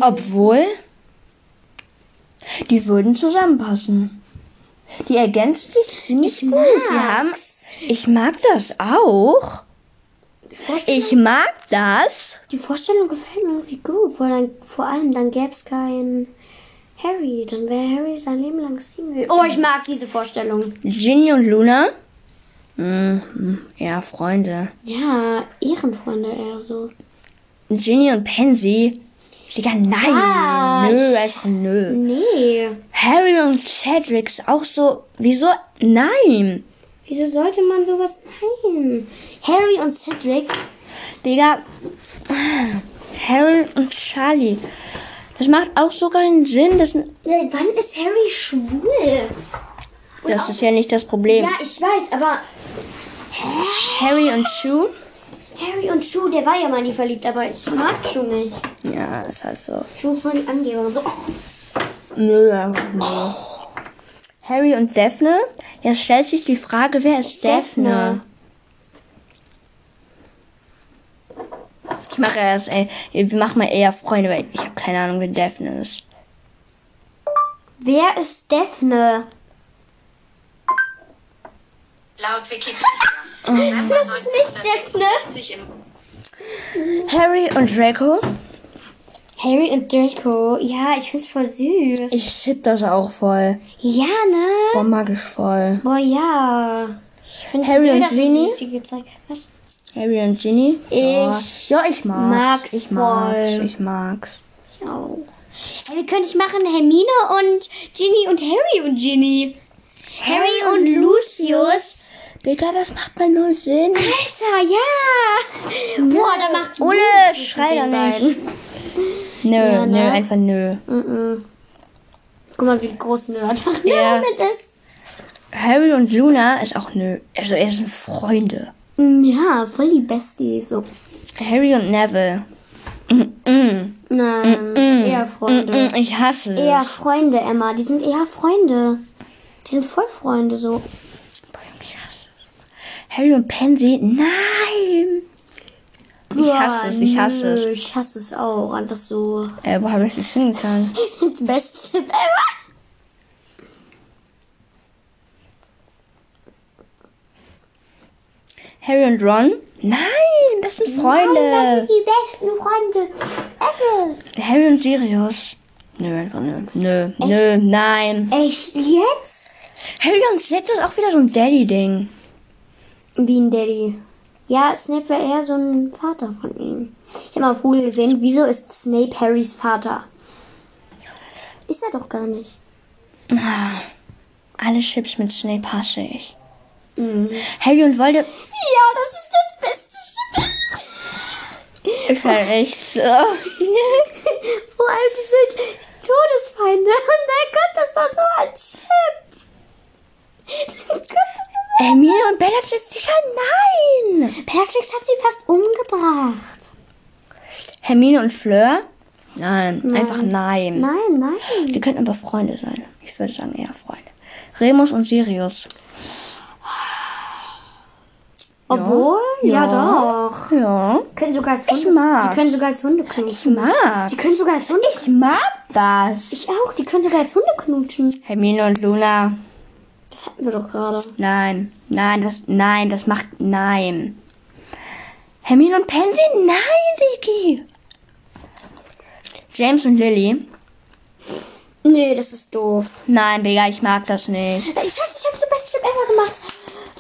[SPEAKER 2] Obwohl, die würden zusammenpassen. Die ergänzen sich ziemlich gut. Sie haben, ich mag das auch.
[SPEAKER 1] Die Vorstellung,
[SPEAKER 2] Ich mag das.
[SPEAKER 1] die Vorstellung gefällt mir irgendwie gut. Vor, dann, vor allem, dann gäbe es keinen Harry. Dann wäre Harry sein Leben lang Single. Oh, ich mag diese Vorstellung.
[SPEAKER 2] Ginny und Luna? Mhm, ja, Freunde.
[SPEAKER 1] Ja, Ehrenfreunde eher so.
[SPEAKER 2] Ginny und Pansy? Digga, nein.
[SPEAKER 1] Was?
[SPEAKER 2] Nö, einfach nö.
[SPEAKER 1] Nee.
[SPEAKER 2] Harry und Cedric ist auch so. Wieso? Nein.
[SPEAKER 1] Wieso sollte man sowas? Nein. Harry und Cedric
[SPEAKER 2] Digga. Harry und Charlie. Das macht auch so keinen Sinn. Das sind
[SPEAKER 1] Seit wann ist Harry schwul?
[SPEAKER 2] Das ist ja nicht das Problem.
[SPEAKER 1] Ja, ich weiß, aber
[SPEAKER 2] Harry und Sue?
[SPEAKER 1] Harry und Shu, der war ja mal nie verliebt, aber ich mag Shu nicht.
[SPEAKER 2] Ja, ist halt so.
[SPEAKER 1] Shu ist voll die Angeberin. So, oh,
[SPEAKER 2] Nö, einfach nö. Harry und Daphne? Jetzt stellt sich die Frage, wer ist Daphne? Ich mache erst, ey, wir machen mal eher Freunde, weil ich habe keine Ahnung, wer Daphne ist.
[SPEAKER 1] wer ist Daphne?
[SPEAKER 4] Laut Wikipedia. Das
[SPEAKER 1] ist nicht
[SPEAKER 4] im
[SPEAKER 2] Harry und Draco?
[SPEAKER 1] Harry und Draco. Ja, ich find's voll süß.
[SPEAKER 2] Ich shit das auch voll.
[SPEAKER 1] ja, ne?
[SPEAKER 2] Boah, magisch voll.
[SPEAKER 1] Boah, ja. Ich find die
[SPEAKER 2] Harry und
[SPEAKER 1] Bilder so
[SPEAKER 2] Ginny?
[SPEAKER 1] süß, die gezeigt- Was?
[SPEAKER 2] Harry und Ginny?
[SPEAKER 1] Ich
[SPEAKER 2] Ja, ich mag's.
[SPEAKER 1] mag's
[SPEAKER 2] Ich mag's.
[SPEAKER 1] voll.
[SPEAKER 2] Ich mag's.
[SPEAKER 1] Ich auch. Hey, wir können nicht machen Hermine und Ginny und Harry und Ginny. Harry und Lucius.
[SPEAKER 2] Digga, das macht mal null
[SPEAKER 1] [LAUGHS]
[SPEAKER 2] Sinn.
[SPEAKER 1] Alter, ja! Boah, da macht
[SPEAKER 2] Ohne
[SPEAKER 1] Blut zwischen
[SPEAKER 2] schrei
[SPEAKER 1] den
[SPEAKER 2] doch nicht.
[SPEAKER 1] beiden.
[SPEAKER 2] Nö,
[SPEAKER 1] Ja,
[SPEAKER 2] nö,
[SPEAKER 1] ne?
[SPEAKER 2] einfach nö.
[SPEAKER 1] Mhm. Guck mal, wie groß [LAUGHS] Nerd
[SPEAKER 2] Ja.
[SPEAKER 1] damit ist.
[SPEAKER 2] Harry und Luna ist auch nö. Also er sind Freunde.
[SPEAKER 1] Mm, Ja, voll die Besties. So.
[SPEAKER 2] Harry und Neville.
[SPEAKER 1] Nein, eher Freunde.
[SPEAKER 2] Mm, Ich hasse es.
[SPEAKER 1] Eher Freunde, Emma. Die sind eher Freunde. Die sind voll Freunde so.
[SPEAKER 2] Boah, Junge, Ich hasse es. Harry und Pansy. Nein. Ich hasse es, ich hasse es.
[SPEAKER 1] Nö, Ich hasse es auch. Einfach so. [LAUGHS]
[SPEAKER 2] Äh, wo habe ich das hingetan?
[SPEAKER 1] Das beste Tipp ever.
[SPEAKER 2] Harry und Ron? Nein, das sind
[SPEAKER 1] Nein,
[SPEAKER 2] Freunde.
[SPEAKER 1] das sind die besten Freunde ever.
[SPEAKER 2] Harry und Sirius. Nö, einfach nö. Nö, nö, nein.
[SPEAKER 1] Echt jetzt?
[SPEAKER 2] Harry und Seth ist auch wieder so ein Daddy-Ding.
[SPEAKER 1] Wie ein Daddy. Ja, Snape wäre eher so ein Vater von ihm. Ich habe mal auf Google gesehen, wieso ist Snape Harrys Vater? Ist er doch gar nicht.
[SPEAKER 2] Ah, Alle Chips mit Schnee passe ich.
[SPEAKER 1] Mhm.
[SPEAKER 2] Harry und Voldemort.
[SPEAKER 1] Ja, das ist das beste Spiel.
[SPEAKER 2] Ich halt echt. äh,
[SPEAKER 1] [LAUGHS] Vor allem, die sind Todesfeinde. [LAUGHS] Und mein Gott, ist das so ein Chip. [LAUGHS] Oh Mein Gott, ist das so
[SPEAKER 2] Hermine und Bellatrix sicher nein.
[SPEAKER 1] Patrick Äh, hat sie fast umgebracht.
[SPEAKER 2] Hermine und Fleur? Nein, einfach nein.
[SPEAKER 1] Nein, nein.
[SPEAKER 2] Die könnten aber Freunde sein. Ich würde sagen eher Freunde. Remus und Sirius.
[SPEAKER 1] Obwohl? Ja, doch.
[SPEAKER 2] Ja.
[SPEAKER 1] Können sogar als Hunde,
[SPEAKER 2] mag's.
[SPEAKER 1] Die können sogar als Hunde knutschen.
[SPEAKER 2] Mag.
[SPEAKER 1] Die können sogar als Hunde
[SPEAKER 2] Ich mag das.
[SPEAKER 1] Ich auch, die können sogar als Hunde knutschen.
[SPEAKER 2] Hermine und Luna.
[SPEAKER 1] Das hatten wir doch gerade.
[SPEAKER 2] Nein. Nein, das, nein, das macht, nein. Hermine und Pansy? Nein, Siki. James und Lily?
[SPEAKER 1] Nee, das ist doof.
[SPEAKER 2] Nein, Digga, ich mag das nicht.
[SPEAKER 1] Äh, Ich weiß, ich hab's so best Trip ever gemacht.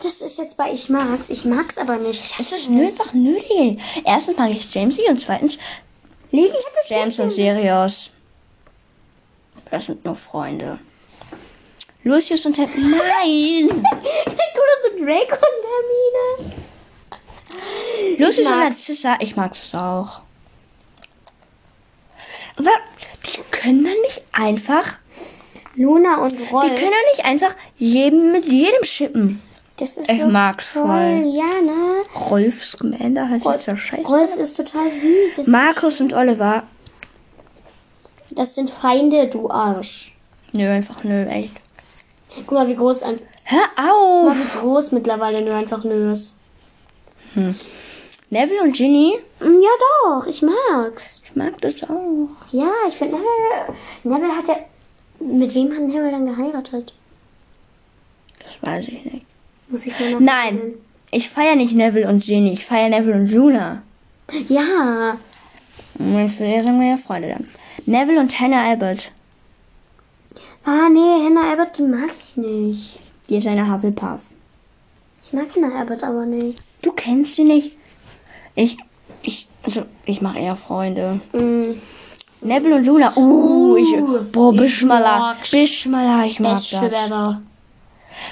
[SPEAKER 1] Das ist jetzt bei Ich mag's. Ich mag's aber nicht.
[SPEAKER 2] Es ist nö, doch nötig. Erstens mag ich Jamesy und zweitens
[SPEAKER 1] Levi hat das
[SPEAKER 2] James und Sirius. Das sind nur Freunde. Lucius und Hermine.
[SPEAKER 1] [LAUGHS]
[SPEAKER 2] Nein!
[SPEAKER 1] Vielleicht oder so Drake und Hermine.
[SPEAKER 2] Lucius und
[SPEAKER 1] mag's.
[SPEAKER 2] Narcissa, ich mag es auch. Aber die können dann nicht einfach.
[SPEAKER 1] Luna und
[SPEAKER 2] Die
[SPEAKER 1] Rolf.
[SPEAKER 2] können dann nicht einfach jedem mit jedem schippen.
[SPEAKER 1] das ist
[SPEAKER 2] Ich
[SPEAKER 1] so
[SPEAKER 2] mag's voll.
[SPEAKER 1] Ja, ne?
[SPEAKER 2] Rolf Scamander heißt jetzt ja scheiße.
[SPEAKER 1] Rolf ist total süß. Das,
[SPEAKER 2] Markus und Oliver.
[SPEAKER 1] das sind Feinde, du Arsch.
[SPEAKER 2] Nö, einfach nö, echt.
[SPEAKER 1] Guck mal, wie groß, ein,
[SPEAKER 2] Hör auf!
[SPEAKER 1] wie groß mittlerweile nur einfach nur ist.
[SPEAKER 2] Neville und Ginny.
[SPEAKER 1] Mm, Ja, doch. Ich mag's.
[SPEAKER 2] Ich mag das auch.
[SPEAKER 1] Ja, ich finde Neville. Neville hat ja. Mit wem hat Neville dann geheiratet?
[SPEAKER 2] Das weiß ich nicht.
[SPEAKER 1] Muss ich mal nach.
[SPEAKER 2] Nein, ich feiere nicht Neville und Ginny. Ich feiere Neville und Luna.
[SPEAKER 1] Ja.
[SPEAKER 2] Und Ich will ja sagen, meine Freunde dann. Neville und Hannah Albert.
[SPEAKER 1] Ah, nee, Hannah Albert, die mag ich nicht.
[SPEAKER 2] Die ist eine Hufflepuff.
[SPEAKER 1] Ich mag Hannah Albert aber nicht.
[SPEAKER 2] Du kennst sie nicht. Ich, ich, also, ich mache eher Freunde.
[SPEAKER 1] Mm.
[SPEAKER 2] Neville und Luna. Uh, ich, boah, Bischmala.
[SPEAKER 1] mag's.
[SPEAKER 2] Bischmala, ich mag
[SPEAKER 1] Best Trip
[SPEAKER 2] das.
[SPEAKER 1] ever.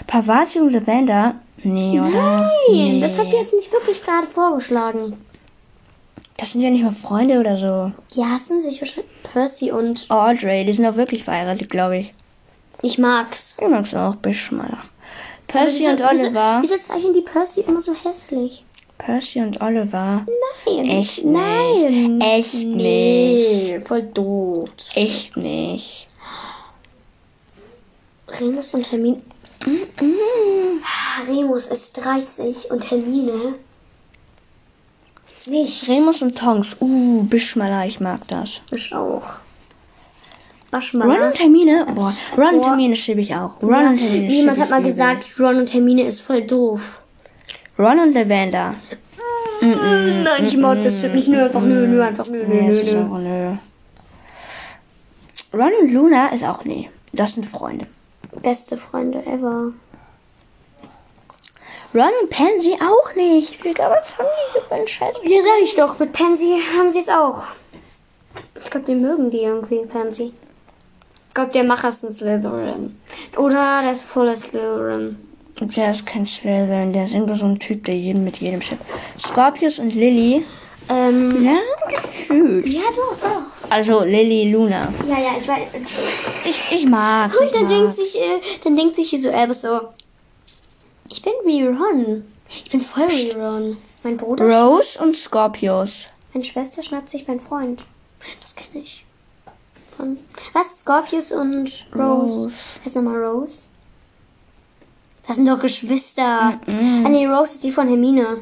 [SPEAKER 2] Pavati und Lavender. Nee, oder? Nein, nee.
[SPEAKER 1] Das habt ihr jetzt nicht wirklich gerade vorgeschlagen.
[SPEAKER 2] Das sind ja nicht mal Freunde oder so.
[SPEAKER 1] Die hassen sich wahrscheinlich. Percy und.
[SPEAKER 2] Audrey, die sind auch wirklich verheiratet, glaube ich.
[SPEAKER 1] Ich mag's.
[SPEAKER 2] Ich mag's auch, Bischmala. Percy und Oliver.
[SPEAKER 1] Wieso, wieso zeichnen die Percy immer so hässlich?
[SPEAKER 2] Percy und Oliver.
[SPEAKER 1] Nein.
[SPEAKER 2] Echt
[SPEAKER 1] Nein.
[SPEAKER 2] nicht. Echt
[SPEAKER 1] Nee, voll doof.
[SPEAKER 2] Echt nicht.
[SPEAKER 1] Remus und Hermine. Ah, Remus ist 30 und Hermine. Nicht.
[SPEAKER 2] Remus und Tonks. Uh, Bischmala, ich mag das.
[SPEAKER 1] Ich auch.
[SPEAKER 2] Ron
[SPEAKER 1] Waschmaler.
[SPEAKER 2] und Hermine. Boah, Ron und Hermine schiebe ich auch. Ron und Hermine schiebe
[SPEAKER 1] Jemand
[SPEAKER 2] ich
[SPEAKER 1] hat mal
[SPEAKER 2] übel.
[SPEAKER 1] gesagt, Ron und Hermine ist voll doof.
[SPEAKER 2] Ron und Lavender.
[SPEAKER 1] Nein, ich mag das Typ nicht. Nö, einfach nö, nö, einfach nö,
[SPEAKER 2] Nee,
[SPEAKER 1] nö,
[SPEAKER 2] das
[SPEAKER 1] nö,
[SPEAKER 2] ist
[SPEAKER 1] nö.
[SPEAKER 2] auch nö. Ron und Luna ist auch nee. Das sind Freunde.
[SPEAKER 1] Beste Freunde ever.
[SPEAKER 2] Ron und Pansy auch nicht. Digga, was haben die hier für einen Scheiß?
[SPEAKER 1] Ja, sag ich doch. Mit Pansy haben sie es auch. Ich glaube, die mögen die irgendwie, Pansy. Ich glaube, der Macher ist ein Slytherin. Oder der ist voller Slytherin.
[SPEAKER 2] Der ist kein Slytherin. Der ist irgendwo so ein Typ, der jeden mit jedem schippt. Scorpius und Lily.
[SPEAKER 1] Ähm,
[SPEAKER 2] Ja, gefühlt.
[SPEAKER 1] ja, doch, doch.
[SPEAKER 2] Also Lily, Luna.
[SPEAKER 1] Ja, ja, ich weiß. Und
[SPEAKER 2] Ich, ich mag's. ich
[SPEAKER 1] dann
[SPEAKER 2] mag's.
[SPEAKER 1] denkt sich, äh, dann denkt sich hier so Albus so, ich bin wie Ron. Ich bin voll wie Ron. Mein Bruder,
[SPEAKER 2] Rose und Scorpius.
[SPEAKER 1] meine Schwester schnappt sich meinen Freund. Das kenne ich. Von, was? Scorpius und Rose.
[SPEAKER 2] Rose.
[SPEAKER 1] Heißt nochmal Rose? Das sind doch Geschwister. Ah nee, Rose ist die von Hermine.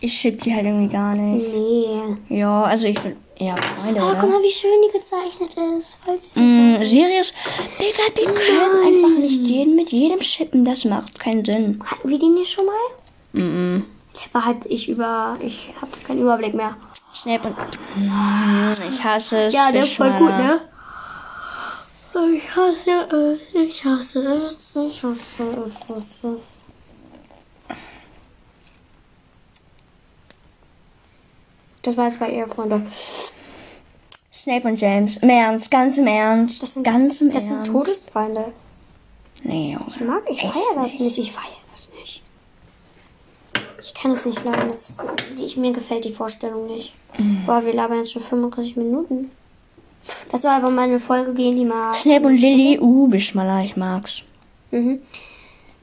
[SPEAKER 2] Ich schieb die halt irgendwie gar nicht.
[SPEAKER 1] Nee.
[SPEAKER 2] Ja, also ich bin eher Freunde,
[SPEAKER 1] Oh,
[SPEAKER 2] oder?
[SPEAKER 1] guck mal, wie schön die gezeichnet ist. Voll süß.
[SPEAKER 2] Mm, Sirius, Digga, die können einfach nicht jeden mit jedem schippen. Das macht keinen Sinn.
[SPEAKER 1] Hatten wir den hier schon mal?
[SPEAKER 2] Mm
[SPEAKER 1] Jetzt behalte ich über. Ich habe keinen Überblick mehr.
[SPEAKER 2] Snape und... Mm, ich hasse es.
[SPEAKER 1] Ja, der ist voll gut,
[SPEAKER 2] Bischmaler.
[SPEAKER 1] ne? äh, Ich hasse es, ich hasse es, ich hasse es, ich hasse es. Das war jetzt bei ihrer Freundin.
[SPEAKER 2] Snape und James. Im Ernst, ganz im Ernst.
[SPEAKER 1] Das sind-
[SPEAKER 2] ganz im
[SPEAKER 1] Das sind
[SPEAKER 2] Ernst.
[SPEAKER 1] Todesfeinde.
[SPEAKER 2] Nee, Junge.
[SPEAKER 1] Ich mag, ich feiere das nicht. Ich feiere das nicht. Ich kann es nicht leiden. Das, ich, mir gefällt die Vorstellung nicht. Boah, wir labern jetzt schon 35 Minuten. Das soll aber meine Folge gehen, die mal.
[SPEAKER 2] Snape und Lily, uh, Bischmaler, ich mag's.
[SPEAKER 1] Mhm.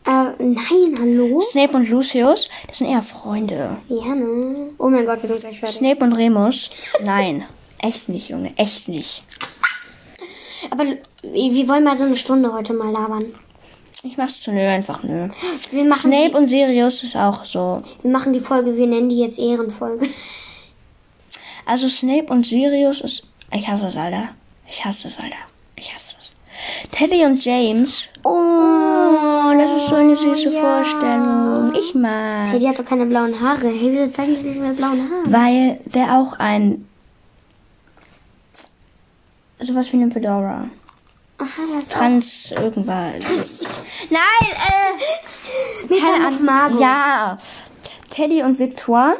[SPEAKER 1] Äh, nein, hallo?
[SPEAKER 2] Snape und Lucius, das sind eher Freunde.
[SPEAKER 1] Ja, ne? Oh mein Gott, wir sind gleich fertig.
[SPEAKER 2] Snape und Remus, nein. Echt nicht, Junge, echt nicht.
[SPEAKER 1] Aber l- wir wir wollen mal so eine Stunde heute mal labern.
[SPEAKER 2] Ich mach's zu nö, einfach [GASPS] nö.
[SPEAKER 1] Wir machen,
[SPEAKER 2] Snape und Sirius ist auch so.
[SPEAKER 1] die, wir machen die Folge, wir nennen die jetzt Ehrenfolge.
[SPEAKER 2] Also Snape und Sirius ist... Ich hasse es, Alter. Ich hasse es, Alter. Ich hasse es. Teddy und James. Oh, das ist so eine süße Vorstellung. Ich mag.
[SPEAKER 1] Die hat doch keine blauen Haare. Hey, wieso zeigen die nicht mehr blauen Haare?
[SPEAKER 2] Weil der auch ein. Sowas wie eine Fedora.
[SPEAKER 1] Aha, das ist
[SPEAKER 2] Trans irgendwas.
[SPEAKER 1] Nein, äh. Keine Ahnung. Magus.
[SPEAKER 2] Ja. Teddy und Victoire.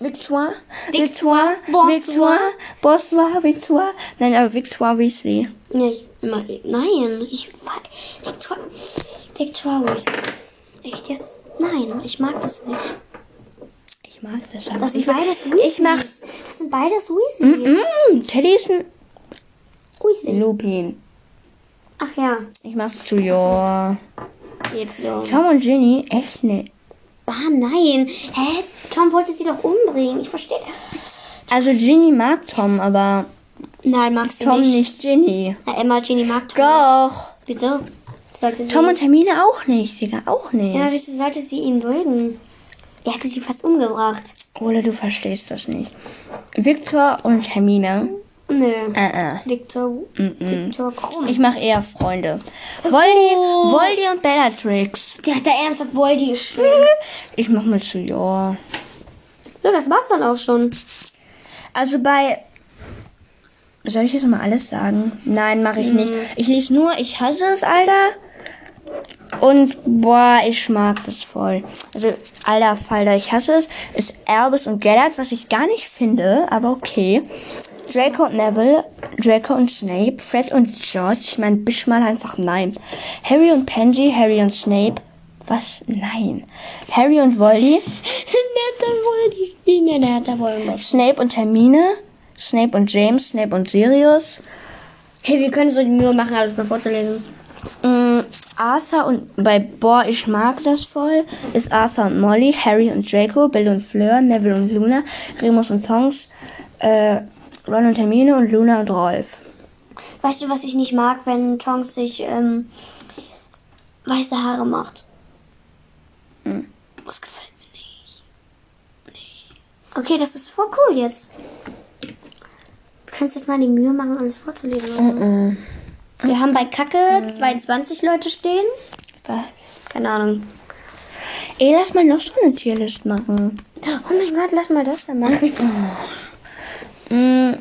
[SPEAKER 2] Victoire. Victoire. Victoire. Boswa. Victoire. Nein, aber Victoire Weasley.
[SPEAKER 1] Ja, ich, ma- nein, ich. fa- Victor, Victor Weasley. Echt jetzt? Nein, ich mag das nicht.
[SPEAKER 2] Ich mag das. aber
[SPEAKER 1] Das sind
[SPEAKER 2] ich
[SPEAKER 1] beides Weasleys.
[SPEAKER 2] ich mach-
[SPEAKER 1] Das sind beides Weasleys.
[SPEAKER 2] Mm, Teddy ist ein
[SPEAKER 1] Weasley.
[SPEAKER 2] Lupin.
[SPEAKER 1] Ach ja.
[SPEAKER 2] Ich mag Junior.
[SPEAKER 1] Geht so.
[SPEAKER 2] Tom und Ginny. Echt ne.
[SPEAKER 1] Ah, nein. Hä? Tom wollte sie doch umbringen. Ich verstehe.
[SPEAKER 2] Also Ginny mag Tom, aber
[SPEAKER 1] Nein, magst du
[SPEAKER 2] Tom
[SPEAKER 1] nicht.
[SPEAKER 2] nicht Ginny.
[SPEAKER 1] Na, Emma Ginny mag Tom.
[SPEAKER 2] Doch.
[SPEAKER 1] nicht. Wieso? Sollte sie
[SPEAKER 2] Tom und Hermine auch nicht, Digga, auch nicht.
[SPEAKER 1] ja, wieso sollte sie ihn mögen? Er hätte sie fast umgebracht.
[SPEAKER 2] Ole, du verstehst das nicht. Victor und Hermine.
[SPEAKER 1] Nö.
[SPEAKER 2] Äh, äh.
[SPEAKER 1] Victor, Victor Krumm.
[SPEAKER 2] Ich mach eher Freunde. Voldy,
[SPEAKER 1] Oh.
[SPEAKER 2] Voldy und Bellatrix. [LAUGHS]
[SPEAKER 1] Der hat da ernsthaft Voldy geschrieben.
[SPEAKER 2] Ich mach mal zu Jor.
[SPEAKER 1] So, das war's dann auch schon.
[SPEAKER 2] Also bei. Soll ich jetzt mal alles sagen? Nein, mache ich
[SPEAKER 1] Mhm.
[SPEAKER 2] nicht. Ich lese nur, ich hasse es, Alter. Und boah, ich mag das voll. Also, Alter Falter, ich hasse es. Ist Albus und Gellert, was ich gar nicht finde, aber okay. Draco und Neville, Draco und Snape, Fred und George, ich mein Bischmal einfach nein. Harry und Pansy, Harry und Snape, was? Nein. Harry und Voldy,
[SPEAKER 1] [LAUGHS] Netter Voldy. Nee, der hat da Voldemort.
[SPEAKER 2] Snape und Hermine, Snape und James, Snape und Sirius,
[SPEAKER 1] Hey, wir können so nur machen, alles mal vorzulesen.
[SPEAKER 2] mh, Mm, Arthur und bei Boah, ich mag das voll, ist Arthur und Molly, Harry und Draco, Bill und Fleur, Neville und Luna, Remus und Tonks, äh, Ron und Hermine und Luna und Rolf.
[SPEAKER 1] Weißt du, was ich nicht mag, wenn Tonks sich ähm, weiße Haare macht? Das gefällt mir nicht. Nee. Okay, das ist voll cool jetzt. Du kannst jetzt mal die Mühe machen, alles vorzulesen. Wir haben bei Kacke 22 Leute stehen. Keine Ahnung.
[SPEAKER 2] Ey, lass mal noch so eine Tierlist machen.
[SPEAKER 1] Oh mein Gott, lass mal das dann machen.
[SPEAKER 2] Mh, Mm,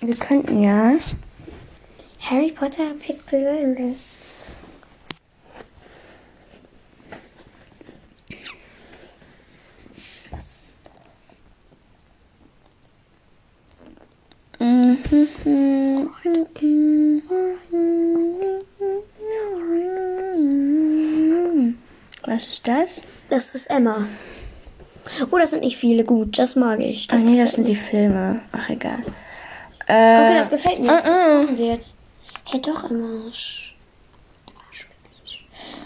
[SPEAKER 2] wir könnten ja.
[SPEAKER 1] Harry Potter pickt Blödes. Mhm.
[SPEAKER 2] Mhm, Was ist das?
[SPEAKER 1] Das ist Emma. Oh, das sind nicht viele. Gut, das mag ich.
[SPEAKER 2] Ach
[SPEAKER 1] Das
[SPEAKER 2] Ah, nee, das
[SPEAKER 1] gefällt
[SPEAKER 2] sind die
[SPEAKER 1] mir.
[SPEAKER 2] Filme. Ach egal.
[SPEAKER 1] Okay,
[SPEAKER 2] Äh,
[SPEAKER 1] das gefällt mir.
[SPEAKER 2] äh, äh.
[SPEAKER 1] machen wir jetzt? Hey, doch, Emma. Sch-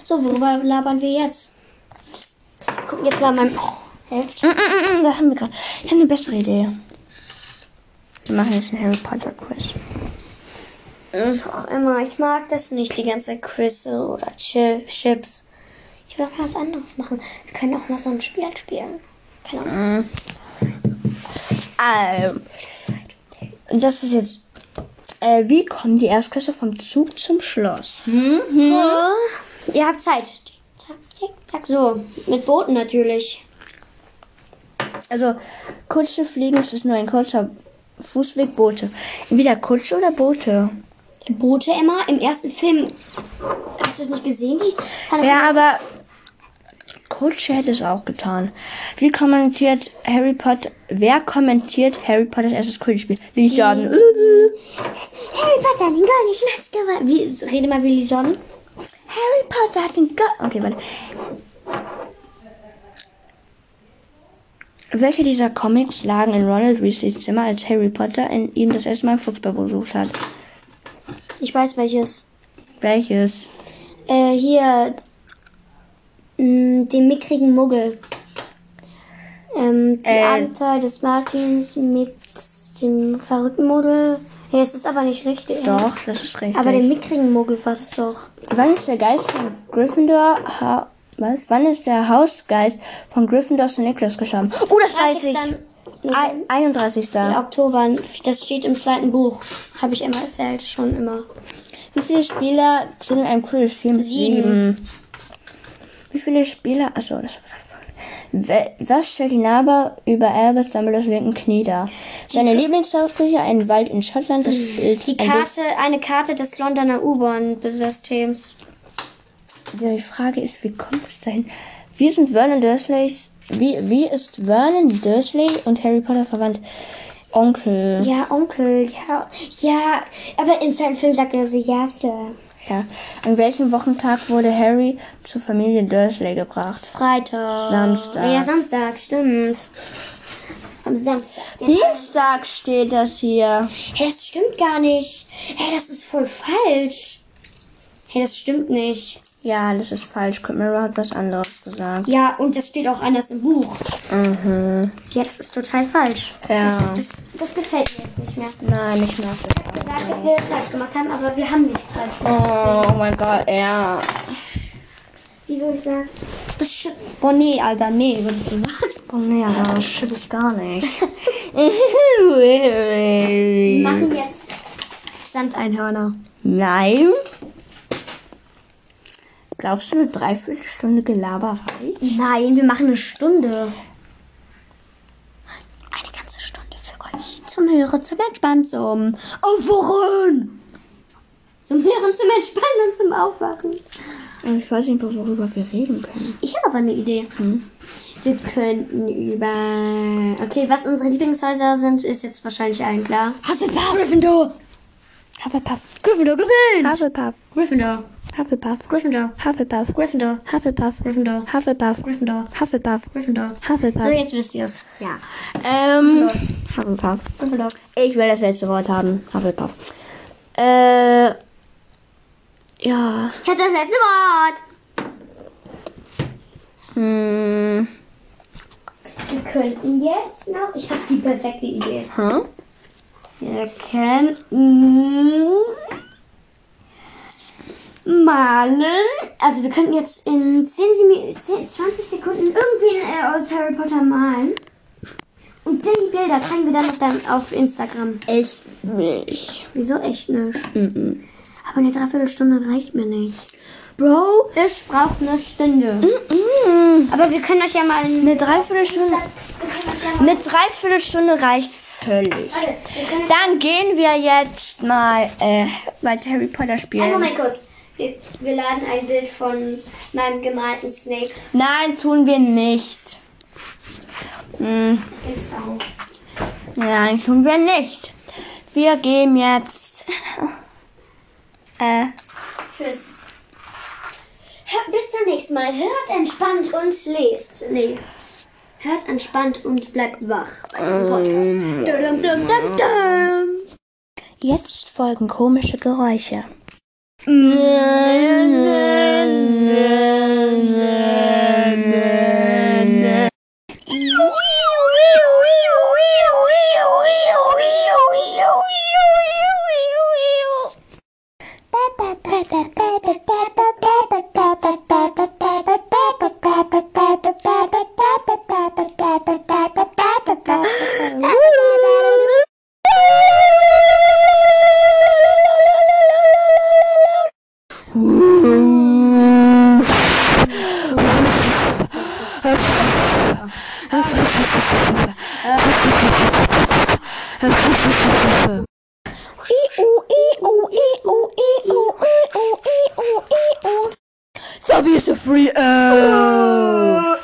[SPEAKER 1] So, worüber labern wir jetzt? Gucken jetzt mal mein Heft.
[SPEAKER 2] Mm, mm, mm, da haben wir grad. Ich habe eine bessere Idee. Wir machen jetzt einen Harry Potter Quiz.
[SPEAKER 1] Ach, Emma, ich mag das nicht. Die ganze Quizze oder Chi- Chips. Ich will auch mal was anderes machen. Wir können auch mal so ein Spiel spielen. Keine Ahnung.
[SPEAKER 2] Ähm, das ist jetzt. Äh, wie kommen die Erstklässler vom Zug zum Schloss?
[SPEAKER 1] Oh,
[SPEAKER 2] Mhm.
[SPEAKER 1] ihr habt Zeit. Zack, tick, zack, so. Mit Booten natürlich.
[SPEAKER 2] Also, Kutsche fliegen, es ist nur ein kurzer Fußweg, Boote. Entweder Kutsche oder Boote.
[SPEAKER 1] Boote, Emma, im ersten Film. Hast du es nicht gesehen? Die
[SPEAKER 2] Ja, aber Kutsche hätte es auch getan. Wie kommentiert Harry Potter, wer kommentiert Harry Potters erstes Quidditch-Spiel? Lily Jordan.
[SPEAKER 1] Mhm.
[SPEAKER 2] Übel.
[SPEAKER 3] Harry Potter hat den goldenen Schnatz gewonnen. Wie, rede mal wie Lily Jordan.
[SPEAKER 2] Harry Potter hat den Gott. Okay, warte. Welche dieser Comics lagen in Ronald Weasleys Zimmer, als Harry Potter in ihm das erste Mal Fuchsball besucht hat?
[SPEAKER 1] Ich weiß welches.
[SPEAKER 2] Welches?
[SPEAKER 1] Äh, hier. Mh, den mickrigen Muggel. Ähm, die
[SPEAKER 2] Äh.
[SPEAKER 1] Abenteuer des Martins mit dem verrückten Muggel. Ja, es ist aber nicht richtig.
[SPEAKER 2] Doch, das ist richtig.
[SPEAKER 1] Aber den mickrigen Muggel war das doch.
[SPEAKER 2] Wann ist der Geist von Gryffindor. Ha was? Wann ist der Hausgeist von Gryffindor zu Nicholas gestorben? Oh, das weiß ich.
[SPEAKER 1] 30.
[SPEAKER 2] Ei- 31.
[SPEAKER 1] Oktober, das steht im zweiten Buch. Habe ich immer erzählt, schon immer.
[SPEAKER 2] Wie viele Spieler sind in einem Quidditch-Team?
[SPEAKER 1] Sieben.
[SPEAKER 2] Wie viele Spieler? Achso, das war gerade vorhin. We- Was stellt die Narbe über Albert Dumbledores linken Knie dar? Seine Lieblingsausbrüche, ein Wald in Schottland, das Bild.
[SPEAKER 1] Die
[SPEAKER 2] ein
[SPEAKER 1] Karte, eine Karte des Londoner U-Bahn-Systems.
[SPEAKER 2] Bild, die Frage ist, wie kommt es dahin? Wie sind Vernon Dursleys, wie, wie ist Vernon Dursley und Harry Potter verwandt? Onkel.
[SPEAKER 1] Ja, Onkel, ja. Ja, aber in seinem Film sagt er so, ja, Sir.
[SPEAKER 2] Ja. An welchem Wochentag wurde Harry zur Familie Dursley gebracht?
[SPEAKER 1] Freitag.
[SPEAKER 2] Samstag.
[SPEAKER 1] Ja, Samstag, Hm? stimmt. Am Samstag.
[SPEAKER 2] Dienstag steht das hier.
[SPEAKER 1] Hey, das stimmt gar nicht. Hey, das ist voll falsch. Hey, das stimmt nicht.
[SPEAKER 2] Ja, das ist falsch. Kurt Mirror hat was anderes gesagt.
[SPEAKER 1] Ja, und das steht auch anders im Buch.
[SPEAKER 2] Mhm.
[SPEAKER 1] Ja, das ist total falsch.
[SPEAKER 2] Ja.
[SPEAKER 1] Das, das gefällt mir jetzt nicht mehr.
[SPEAKER 2] Nein, ich mag das auch.
[SPEAKER 1] Ich sag, dass wir das falsch gemacht haben, aber wir haben nichts falsch gemacht.
[SPEAKER 2] Oh, oh mein Gott, ja.
[SPEAKER 1] Wie würde ich sagen? Das stimmt. Boah, nee, Alter, nee, würdest du sagen. [LAUGHS]
[SPEAKER 2] Oh nee, aber das stimmt ich gar [LAUGHS] nicht. Nein.
[SPEAKER 1] machen jetzt Sandeinhörner.
[SPEAKER 2] Glaubst du, eine Dreiviertelstunde Gelaber reicht?
[SPEAKER 1] Nein, wir machen eine Stunde.
[SPEAKER 3] Eine ganze Stunde für euch.
[SPEAKER 1] Zum Hören, zum Entspannen, zum Aufwachen. Zum Hören, zum Entspannen und zum Aufwachen.
[SPEAKER 2] Also Ich weiß nicht, worüber wir reden können.
[SPEAKER 1] Ich habe aber eine Idee. Hm. Wir könnten über... Okay, was unsere Lieblingshäuser sind, ist jetzt wahrscheinlich allen klar.
[SPEAKER 2] Hufflepuff! Gryffindor! Hufflepuff! Gryffindor gewinnt! Hufflepuff!
[SPEAKER 1] Gryffindor.
[SPEAKER 2] Hufflepuff!
[SPEAKER 1] Gryffindor.
[SPEAKER 2] Hufflepuff!
[SPEAKER 1] Gryffindor.
[SPEAKER 2] Hufflepuff!
[SPEAKER 1] Gryffindor.
[SPEAKER 2] Hufflepuff!
[SPEAKER 1] Gryffindor.
[SPEAKER 2] Hufflepuff!
[SPEAKER 1] Gryffindor. So,
[SPEAKER 2] Hufflepuff!
[SPEAKER 1] jetzt wisst ihr es. Ja.
[SPEAKER 2] Ähm. Hufflepuff.
[SPEAKER 1] Gryffindor.
[SPEAKER 2] Ich will das letzte Wort haben. Hufflepuff. Äh. Ja.
[SPEAKER 1] Ich hatte das letzte Wort.
[SPEAKER 2] Hm.
[SPEAKER 1] Wir könnten jetzt noch... Ich habe die perfekte Idee.
[SPEAKER 2] Hm?
[SPEAKER 1] Wir könnten malen. Also wir könnten jetzt in 10, Semi- 10, 20 Sekunden irgendwie äh, aus Harry Potter malen. Und dann die Bilder zeigen wir dann auf, deinem, auf Instagram.
[SPEAKER 2] Echt nicht.
[SPEAKER 1] Wieso echt nicht?
[SPEAKER 2] Mhm.
[SPEAKER 1] Aber eine Dreiviertelstunde reicht mir nicht.
[SPEAKER 2] Bro.
[SPEAKER 1] Ich brauche eine Stunde.
[SPEAKER 2] Mhm.
[SPEAKER 1] Aber wir können euch ja mal...
[SPEAKER 2] Eine Dreiviertelstunde. Eine Dreiviertelstunde reicht völlig. Dann gehen wir jetzt mal äh, bei Harry Potter
[SPEAKER 1] Einen
[SPEAKER 2] spielen.
[SPEAKER 1] Moment kurz. Wir, wir laden ein Bild von meinem gemalten Snake
[SPEAKER 2] Nein, tun wir nicht. Hm.
[SPEAKER 1] ins Auge.
[SPEAKER 2] Nein, tun wir nicht. Wir gehen jetzt. Äh,
[SPEAKER 1] Tschüss. Hört, bis zum nächsten Mal. Hört entspannt und lest. Nee. Hört entspannt und bleibt wach. Bei diesem Podcast. Dum, dum, dum, dum.
[SPEAKER 2] jetzt folgen komische Geräusche. So Dobby is a free elf.